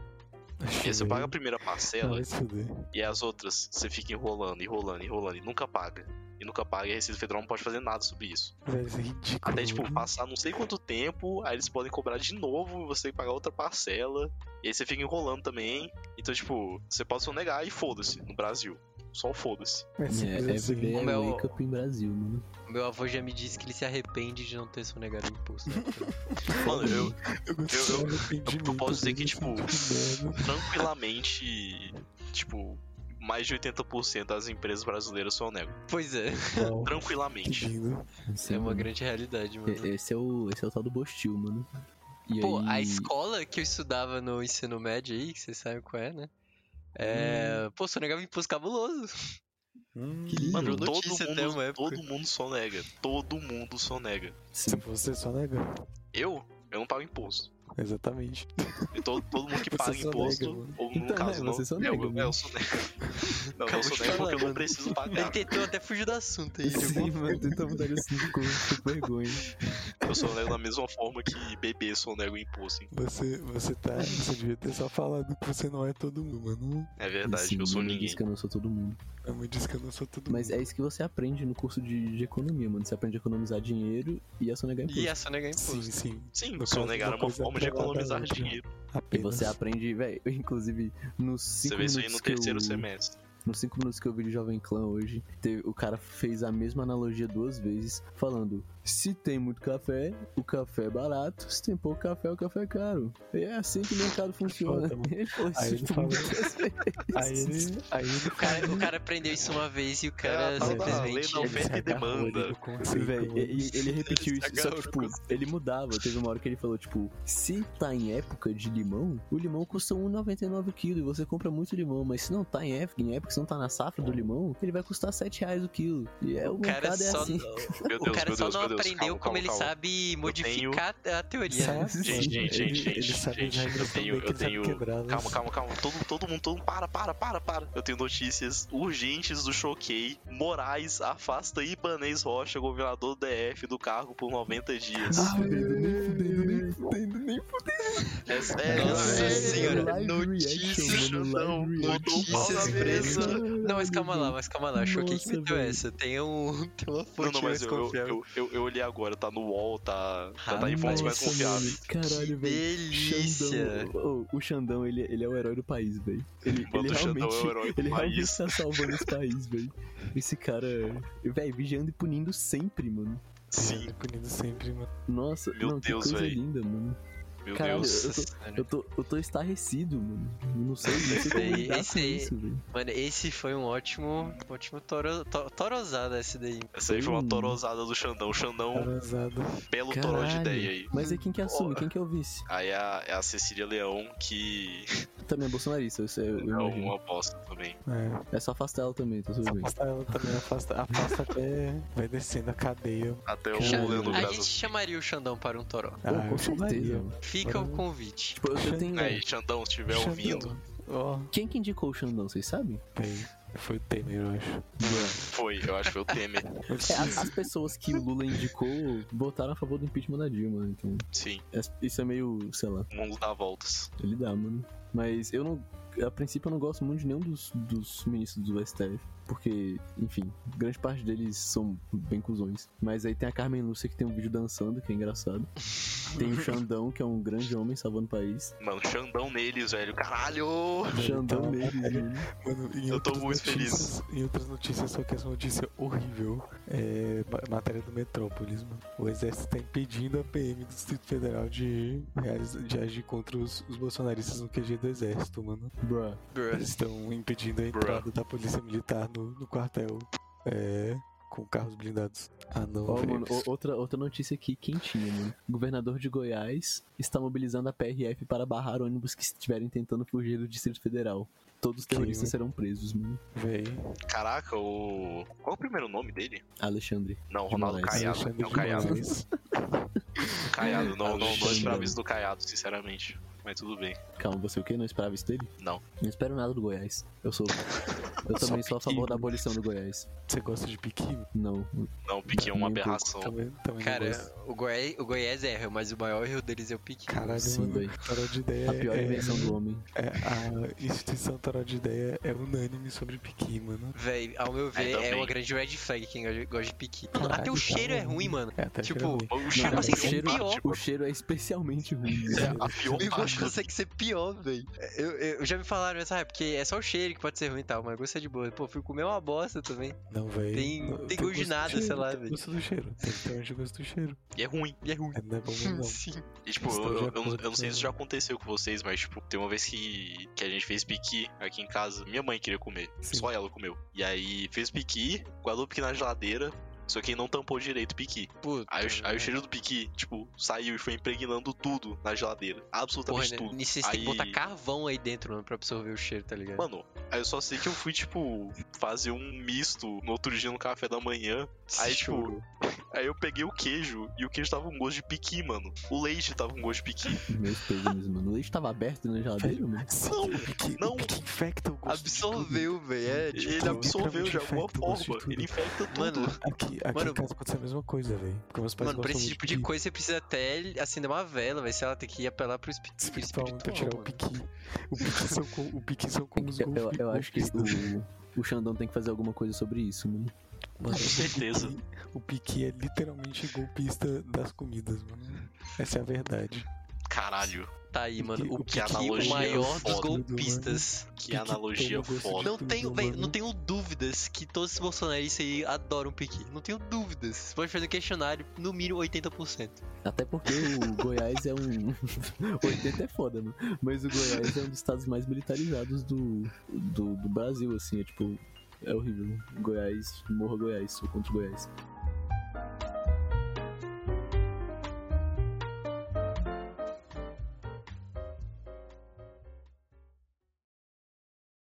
Speaker 2: E aí
Speaker 3: Uhum.
Speaker 2: você paga a primeira parcela,
Speaker 3: Vai se fuder.
Speaker 2: e as outras, você fica enrolando, enrolando, enrolando, e nunca paga. E nunca paga, e a Receita Federal não pode fazer nada sobre isso.
Speaker 3: Velho, isso é ridículo.
Speaker 2: Até,
Speaker 4: Uhum.
Speaker 2: tipo,
Speaker 3: mano.
Speaker 2: passar não sei quanto tempo, aí eles podem cobrar de novo, e você tem que pagar outra parcela. E aí você fica enrolando também. Então, tipo, você pode sonegar e foda-se, no Brasil. Só o foda-se.
Speaker 3: É simples
Speaker 1: É,
Speaker 3: assim.
Speaker 1: FBA
Speaker 4: Como é o-
Speaker 1: Wake Up em Brasil, mano.
Speaker 4: Meu avô já me disse que ele se arrepende de não ter sonegado o imposto. né?
Speaker 2: Mano, eu
Speaker 3: Eu, gosto de
Speaker 2: eu-
Speaker 3: falar arrependimento,
Speaker 2: eu posso dizer que,
Speaker 3: desse
Speaker 2: tipo,
Speaker 4: tá
Speaker 3: de merda.
Speaker 2: tranquilamente, tipo, mais de 80% das empresas brasileiras sonegam.
Speaker 4: pois é,
Speaker 3: Uau,
Speaker 2: Tranquilamente.
Speaker 3: pedindo.
Speaker 1: Assim,
Speaker 4: é uma
Speaker 1: mano.
Speaker 4: grande realidade, mano.
Speaker 1: E- Esse é o, esse é o tal do Bostil, mano. E
Speaker 4: Pô, a
Speaker 1: aí-
Speaker 4: escola que eu estudava no ensino médio aí, que vocês sabem qual é, né? É. Pô, sonegava imposto cabuloso.
Speaker 1: Hum.
Speaker 3: Hum,
Speaker 1: Que
Speaker 2: Mano,
Speaker 4: Virou
Speaker 2: todo
Speaker 4: notícia até uma
Speaker 2: mundo,
Speaker 4: época.
Speaker 2: todo mundo sonega. Todo mundo sonega.
Speaker 1: Sim.
Speaker 3: Se você só nega.
Speaker 2: Eu? Eu não pago imposto.
Speaker 3: Exatamente.
Speaker 2: E todo, todo mundo que
Speaker 3: Você
Speaker 2: paga
Speaker 3: sonega,
Speaker 2: imposto,
Speaker 3: mano.
Speaker 2: ou no
Speaker 1: Então,
Speaker 2: caso
Speaker 1: é,
Speaker 2: não,
Speaker 1: você sonega,
Speaker 2: é, eu,
Speaker 1: né?
Speaker 2: é, eu sonego. Não,
Speaker 4: Acabou
Speaker 2: eu
Speaker 4: de
Speaker 2: sonego
Speaker 4: falar,
Speaker 2: porque eu não
Speaker 4: mano.
Speaker 2: preciso
Speaker 4: Ele
Speaker 2: pagar.
Speaker 4: tentou até fugir do assunto aí. de alguma
Speaker 1: Sim,
Speaker 4: forma.
Speaker 1: mano, tenta mudar de assunto com com vergonha.
Speaker 2: Eu sonego da mesma forma que bebê sonega o imposto. hein?
Speaker 3: Você, você tá. Você devia ter só falado que você não é todo mundo, mano.
Speaker 2: É verdade,
Speaker 1: Sim,
Speaker 2: eu sou
Speaker 1: mano,
Speaker 2: ninguém.
Speaker 1: Diz que eu não sou todo mundo.
Speaker 3: Minha mãe disse que eu não sou todo
Speaker 1: Mas
Speaker 3: mundo.
Speaker 1: é isso que você aprende no curso de, de economia, mano. Você aprende a economizar dinheiro e a sonegar imposto.
Speaker 4: E a sonegar
Speaker 3: Sim,
Speaker 4: é imposto.
Speaker 3: sim.
Speaker 2: Sim,
Speaker 3: No
Speaker 2: sonegar é
Speaker 3: caso, uma
Speaker 2: uma
Speaker 3: coisa
Speaker 2: forma de
Speaker 3: atrelada à
Speaker 2: economizar
Speaker 3: outra.
Speaker 2: dinheiro.
Speaker 1: E
Speaker 3: Apenas.
Speaker 1: você é aprende, velho, inclusive nos
Speaker 2: Você
Speaker 1: cinco
Speaker 2: vê
Speaker 1: minutos
Speaker 2: isso aí no
Speaker 1: que eu-
Speaker 2: terceiro semestre.
Speaker 1: Nos 5 minutos que eu vi de Jovem Clã hoje, teve- o cara fez a mesma analogia duas vezes, falando: se tem muito café, o café é barato, se tem pouco café, o café é caro. E é assim que o mercado funciona.
Speaker 3: Foda, mano.
Speaker 1: Ele falou
Speaker 3: Aí
Speaker 1: isso
Speaker 3: ele
Speaker 1: por
Speaker 3: falou-
Speaker 1: muitas vezes.
Speaker 3: Aí ele. Aí ele
Speaker 4: O cara, o cara aprendeu isso uma vez e o cara
Speaker 2: É a tal da lei
Speaker 4: simplesmente.
Speaker 2: da oferta e
Speaker 3: agarrou ali
Speaker 2: demanda.
Speaker 3: no conceito,
Speaker 1: Véi,
Speaker 4: é?
Speaker 3: mano.
Speaker 1: e- e ele repetiu isso, só que,
Speaker 2: Agarrou
Speaker 1: tipo,
Speaker 2: no
Speaker 1: ele mudava. Teve uma hora que ele falou, tipo, se tá em época de limão, o limão custa 1,99 quilo e você compra muito limão, mas se não tá em época, em época, se não tá na safra do limão, ele vai custar 7 reais o quilo. E é, o,
Speaker 4: O cara
Speaker 1: mercado é
Speaker 4: só,
Speaker 1: assim.
Speaker 2: Meu
Speaker 4: o
Speaker 2: Deus,
Speaker 4: cara
Speaker 2: meu
Speaker 4: só
Speaker 2: Deus,
Speaker 4: não
Speaker 2: meu Deus.
Speaker 4: aprendeu
Speaker 2: calma,
Speaker 4: como
Speaker 2: calma,
Speaker 4: ele
Speaker 2: calma.
Speaker 4: sabe modificar a, a teoria. né?
Speaker 3: Sabe,
Speaker 1: Gente,
Speaker 3: mano,
Speaker 1: gente,
Speaker 3: ele-
Speaker 2: é assim, gente,
Speaker 3: ele
Speaker 2: gente,
Speaker 3: sabe as
Speaker 2: gente,
Speaker 3: regras
Speaker 2: eu
Speaker 3: tão
Speaker 2: tenho-
Speaker 3: bem que
Speaker 2: eu
Speaker 3: ele sabe né?
Speaker 2: tenho-
Speaker 3: quebrá-las.
Speaker 2: Calma, calma, calma. Todo, todo mundo, todo mundo, para, para, para, para. Eu tenho notícias urgentes do Choquei. Moraes afasta Ibanez Rocha, governador do DF, do cargo por 90 dias.
Speaker 1: Ah, fudendo, nem fudendo, nem fudendo, nem
Speaker 2: É sério,
Speaker 4: Nossa
Speaker 2: é sério.
Speaker 4: senhora,
Speaker 1: live
Speaker 4: notícias,
Speaker 1: reaction, mano,
Speaker 2: não,
Speaker 1: live
Speaker 2: botou o pau na
Speaker 4: notícias
Speaker 2: mesa.
Speaker 4: grandes. Não, mas calma lá, mas calma lá. Choquei que
Speaker 1: Nossa,
Speaker 4: meteu
Speaker 1: velho.
Speaker 4: essa. Tem, um, tem uma
Speaker 2: Não,
Speaker 4: fonte
Speaker 2: não, mas
Speaker 4: mais
Speaker 2: eu, eu,
Speaker 4: confiável.
Speaker 2: eu, eu- eu olhei agora, tá no wall, tá, tá, tá em
Speaker 4: Rapaz,
Speaker 2: fontes mais
Speaker 4: nossa,
Speaker 2: confiáveis.
Speaker 1: Caralho, velho.
Speaker 4: Delícia!
Speaker 1: Xandão, Ô, o Xandão, ele, ele é o herói do país, velho. Ele,
Speaker 2: Mano,
Speaker 1: ele
Speaker 2: o Xandão é o
Speaker 1: realmente,
Speaker 2: herói do
Speaker 1: ele realmente
Speaker 2: país.
Speaker 1: tá salvando esse país, velho. Esse cara, velho, vigiando e punindo sempre, mano.
Speaker 2: Sim,
Speaker 3: Punido sempre, mano.
Speaker 1: Nossa,
Speaker 2: Meu
Speaker 1: não,
Speaker 2: Deus,
Speaker 1: que coisa
Speaker 2: velho.
Speaker 1: linda, mano.
Speaker 2: meu
Speaker 1: Caralho,
Speaker 2: Deus.
Speaker 1: eu tô, eu, tô, eu tô estarrecido, mano. Eu Não sei, não sei como
Speaker 4: Esse aí-
Speaker 1: lidar
Speaker 4: esse
Speaker 1: com
Speaker 4: aí-
Speaker 1: isso, velho.
Speaker 4: Mano, esse foi um ótimo, ótimo toro, to, torosada esse daí.
Speaker 2: Essa aí foi uma
Speaker 1: Hum.
Speaker 2: torosada do Xandão. O Xandão,
Speaker 3: Arrasado.
Speaker 2: belo toró de
Speaker 1: Caralho.
Speaker 2: ideia aí.
Speaker 1: Mas é quem que assume,
Speaker 2: Ó.
Speaker 1: quem que é o vice?
Speaker 2: Aí é a, é a Cecília Leão, que
Speaker 1: Também é bolsonarista, eu, eu, eu
Speaker 2: é
Speaker 1: imagino.
Speaker 2: uma bosta também.
Speaker 3: É.
Speaker 1: É só afastar ela também, tá tudo bem.
Speaker 3: Afasta ela também, afasta, afasta até. Vai descendo a cadeia.
Speaker 2: Até o
Speaker 1: Xan-
Speaker 2: Leandro
Speaker 4: a
Speaker 2: Graça.
Speaker 4: gente chamaria o Xandão para um toró.
Speaker 1: Pô,
Speaker 3: Ah,
Speaker 1: com
Speaker 3: eu
Speaker 1: certeza.
Speaker 3: chamaria.
Speaker 1: mano.
Speaker 4: Fica
Speaker 3: Bora.
Speaker 4: o convite.
Speaker 1: Tipo, eu, eu tenho.
Speaker 2: Aí, Xandão, se estiver
Speaker 3: Xandão.
Speaker 2: ouvindo,
Speaker 3: Ó,
Speaker 1: Quem que indicou o Xandão, vocês sabem?
Speaker 3: bem, foi o Temer, eu acho.
Speaker 2: foi. Eu acho que foi o Temer.
Speaker 1: É, as, as pessoas que o Lula indicou votaram a favor do impeachment da Dilma, então.
Speaker 2: Sim,
Speaker 1: es- Isso é meio, sei lá,
Speaker 2: o mundo dá voltas.
Speaker 1: ele dá, mano. Mas eu não. A princípio eu não gosto muito de nenhum dos, dos ministros do STF. Porque, enfim, grande parte deles são bem cuzões. Mas aí tem a Carmen Lúcia que tem um vídeo dançando, que é engraçado. Tem o Xandão, que é um grande homem salvando o país.
Speaker 2: Mano, Xandão neles, velho. Caralho!
Speaker 1: Xandão
Speaker 3: tá-
Speaker 1: mesmo, mano.
Speaker 3: Mano, em
Speaker 2: Eu tô
Speaker 3: outras
Speaker 2: muito feliz.
Speaker 3: notícias- Em outras notícias, só que essa notícia horrível é ma- matéria do Metrópolis, mano. O exército tá impedindo a PM do Distrito Federal de, realiza- de agir contra os, os bolsonaristas no QG do exército, mano.
Speaker 1: Bruh.
Speaker 3: Eles estão impedindo a entrada da polícia militar no, no quartel. É. com carros blindados. Ah, não,
Speaker 1: Ó,
Speaker 3: velho.
Speaker 1: mano, o- outra, outra notícia aqui quentinha, mano. Governador de Goiás está mobilizando a PRF para barrar ônibus que estiverem tentando fugir do Distrito Federal. Todos os terroristas
Speaker 3: Incrível.
Speaker 1: serão presos, mano.
Speaker 3: Véi.
Speaker 2: Caraca, o. Qual é o primeiro nome dele?
Speaker 1: Alexandre.
Speaker 2: Não, Ronaldo
Speaker 1: Moraes.
Speaker 2: Caiado.
Speaker 3: Alexandre
Speaker 2: É o
Speaker 3: de
Speaker 2: Caiado.
Speaker 3: Moraes.
Speaker 2: Caiado, não, não, não
Speaker 1: Alexandre.
Speaker 2: esperava isso do Caiado, sinceramente. Mas tudo bem.
Speaker 1: Calma, você o quê? Não esperava isso dele?
Speaker 2: Não.
Speaker 1: Não espero nada do Goiás. Eu sou. Eu
Speaker 3: Só
Speaker 1: também sou a favor
Speaker 3: piquinho.
Speaker 1: da abolição do Goiás.
Speaker 3: Você gosta de piquinho?
Speaker 1: Não.
Speaker 2: Não, Piqui é uma
Speaker 1: Nem um pouco.
Speaker 2: aberração.
Speaker 3: Também, também não
Speaker 4: Cara,
Speaker 2: é.
Speaker 3: gosto.
Speaker 4: o Goiás, o Goiás erra, mas o maior erro deles é o pique.
Speaker 3: Caralho,
Speaker 1: sim,
Speaker 3: mano,
Speaker 1: véi.
Speaker 3: Tarot de ideia
Speaker 1: A pior
Speaker 3: é,
Speaker 1: invenção do homem.
Speaker 3: é- A instituição Tarot de ideia é unânime sobre piqui, mano.
Speaker 4: Véi, ao meu ver, é
Speaker 2: também.
Speaker 4: uma grande red flag quem gosta- gosta de pique.
Speaker 3: Caralho,
Speaker 4: Até o
Speaker 3: tá
Speaker 4: cheiro é
Speaker 3: maluco.
Speaker 4: ruim, mano.
Speaker 3: É, até
Speaker 4: Tipo,
Speaker 3: cheiro ruim.
Speaker 2: O
Speaker 1: Não,
Speaker 2: cheiro
Speaker 4: mas
Speaker 2: assim
Speaker 1: o,
Speaker 4: é
Speaker 1: cheiro,
Speaker 4: pior.
Speaker 1: o cheiro é especialmente ruim. né?
Speaker 2: É a pior
Speaker 4: Eu acho
Speaker 2: parte
Speaker 4: que
Speaker 2: do
Speaker 4: consegue ser pior, velho. Eu, eu- já me falaram essa, ah, porque é só o cheiro que pode ser ruim e tal, mas gosto é de boa. Pô, fui comer uma bosta também.
Speaker 3: Não, velho.
Speaker 4: Tem- tem gosto de nada, sei lá,
Speaker 3: Tem
Speaker 4: velho.
Speaker 3: gosto do cheiro. Tem literalmente gosto do cheiro.
Speaker 2: E é ruim.
Speaker 4: E é ruim.
Speaker 3: É, não é bom mesmo, não.
Speaker 4: Sim.
Speaker 2: E, tipo,
Speaker 3: Estou
Speaker 2: eu,
Speaker 3: de
Speaker 2: eu-
Speaker 3: acordo
Speaker 2: eu não- eu não sei se
Speaker 3: com-
Speaker 2: já aconteceu com vocês, mas, tipo, tem uma vez que, que a gente fez piqui aqui em casa. Minha mãe queria comer,
Speaker 3: Sim.
Speaker 2: só ela comeu. E aí fez piqui, guardou o piqui na geladeira, só que não tampou direito o piqui.
Speaker 4: Puta.
Speaker 2: Aí, o- aí o
Speaker 4: merda.
Speaker 2: cheiro do piqui, tipo, saiu e foi impregnando tudo na geladeira.
Speaker 4: Porra,
Speaker 2: Absolutamente
Speaker 4: né?
Speaker 2: tudo.
Speaker 4: nisso vocês têm que
Speaker 2: Aí-
Speaker 4: botar carvão aí dentro, mano, pra absorver o cheiro, tá
Speaker 3: É.
Speaker 4: ligado?
Speaker 2: Mano, aí eu só sei que eu fui, tipo, fazer um misto no outro dia no café da manhã. aí, tipo,
Speaker 4: chorou.
Speaker 2: Aí eu peguei o queijo e o queijo tava com gosto de piqui, mano. O leite tava com gosto de piqui.
Speaker 1: Meus pesos, mano. O leite tava aberto na geladeira, mano.
Speaker 3: Sim,
Speaker 2: Não,
Speaker 3: o piqui-
Speaker 2: não.
Speaker 3: O piqui infecta o gosto. de
Speaker 4: Absorveu, velho. É,
Speaker 2: Ele,
Speaker 4: tipo,
Speaker 2: absorveu de
Speaker 3: literalmente
Speaker 2: alguma
Speaker 3: infecta o gosto de
Speaker 2: forma.
Speaker 3: tudo.
Speaker 2: Ele infecta tudo.
Speaker 4: Mano,
Speaker 3: tudo. Aqui, aqui
Speaker 4: Mano-
Speaker 3: em casa aconteceu a mesma coisa, velho. Porque meus pais
Speaker 4: Mano, pra
Speaker 3: gostam
Speaker 4: esse
Speaker 3: muito
Speaker 4: tipo de
Speaker 3: piqui.
Speaker 4: coisa você precisa até acender uma vela, vai sei lá, tem que apelar pro espi- pro espiritual.
Speaker 3: Espiritual, pra tirar o
Speaker 4: mano.
Speaker 3: piqui. O piqui são, com, o piqui são como os
Speaker 1: Eu, eu-
Speaker 3: golfi-
Speaker 1: eu acho que
Speaker 3: golfistas.
Speaker 1: o, o Xandão tem que fazer alguma coisa sobre isso, mano.
Speaker 3: Mano,
Speaker 2: certeza.
Speaker 3: O Piqui, o Piqui é literalmente golpista das comidas, mano. Essa é a verdade.
Speaker 2: Caralho,
Speaker 4: Tá aí, mano. O
Speaker 2: que
Speaker 4: Kiki, o
Speaker 2: analogia
Speaker 4: maior dos
Speaker 2: foda.
Speaker 4: golpistas.
Speaker 2: que
Speaker 3: Piqui
Speaker 2: analogia
Speaker 3: toma gosto de
Speaker 2: foda.
Speaker 4: Não
Speaker 3: tudo,
Speaker 4: tenho, véi,
Speaker 3: mano.
Speaker 4: não tenho dúvidas que todos os bolsonaristas aí adoram o Piqui. Não tenho dúvidas. Você pode fazer um questionário, no mínimo 80%.
Speaker 1: Até porque o Goiás é um. 80 é foda, mano. Mas o Goiás é um dos estados mais militarizados do, do, do Brasil, assim. É tipo. É horrível. Goiás, morra Goiás, sou contra o Goiás.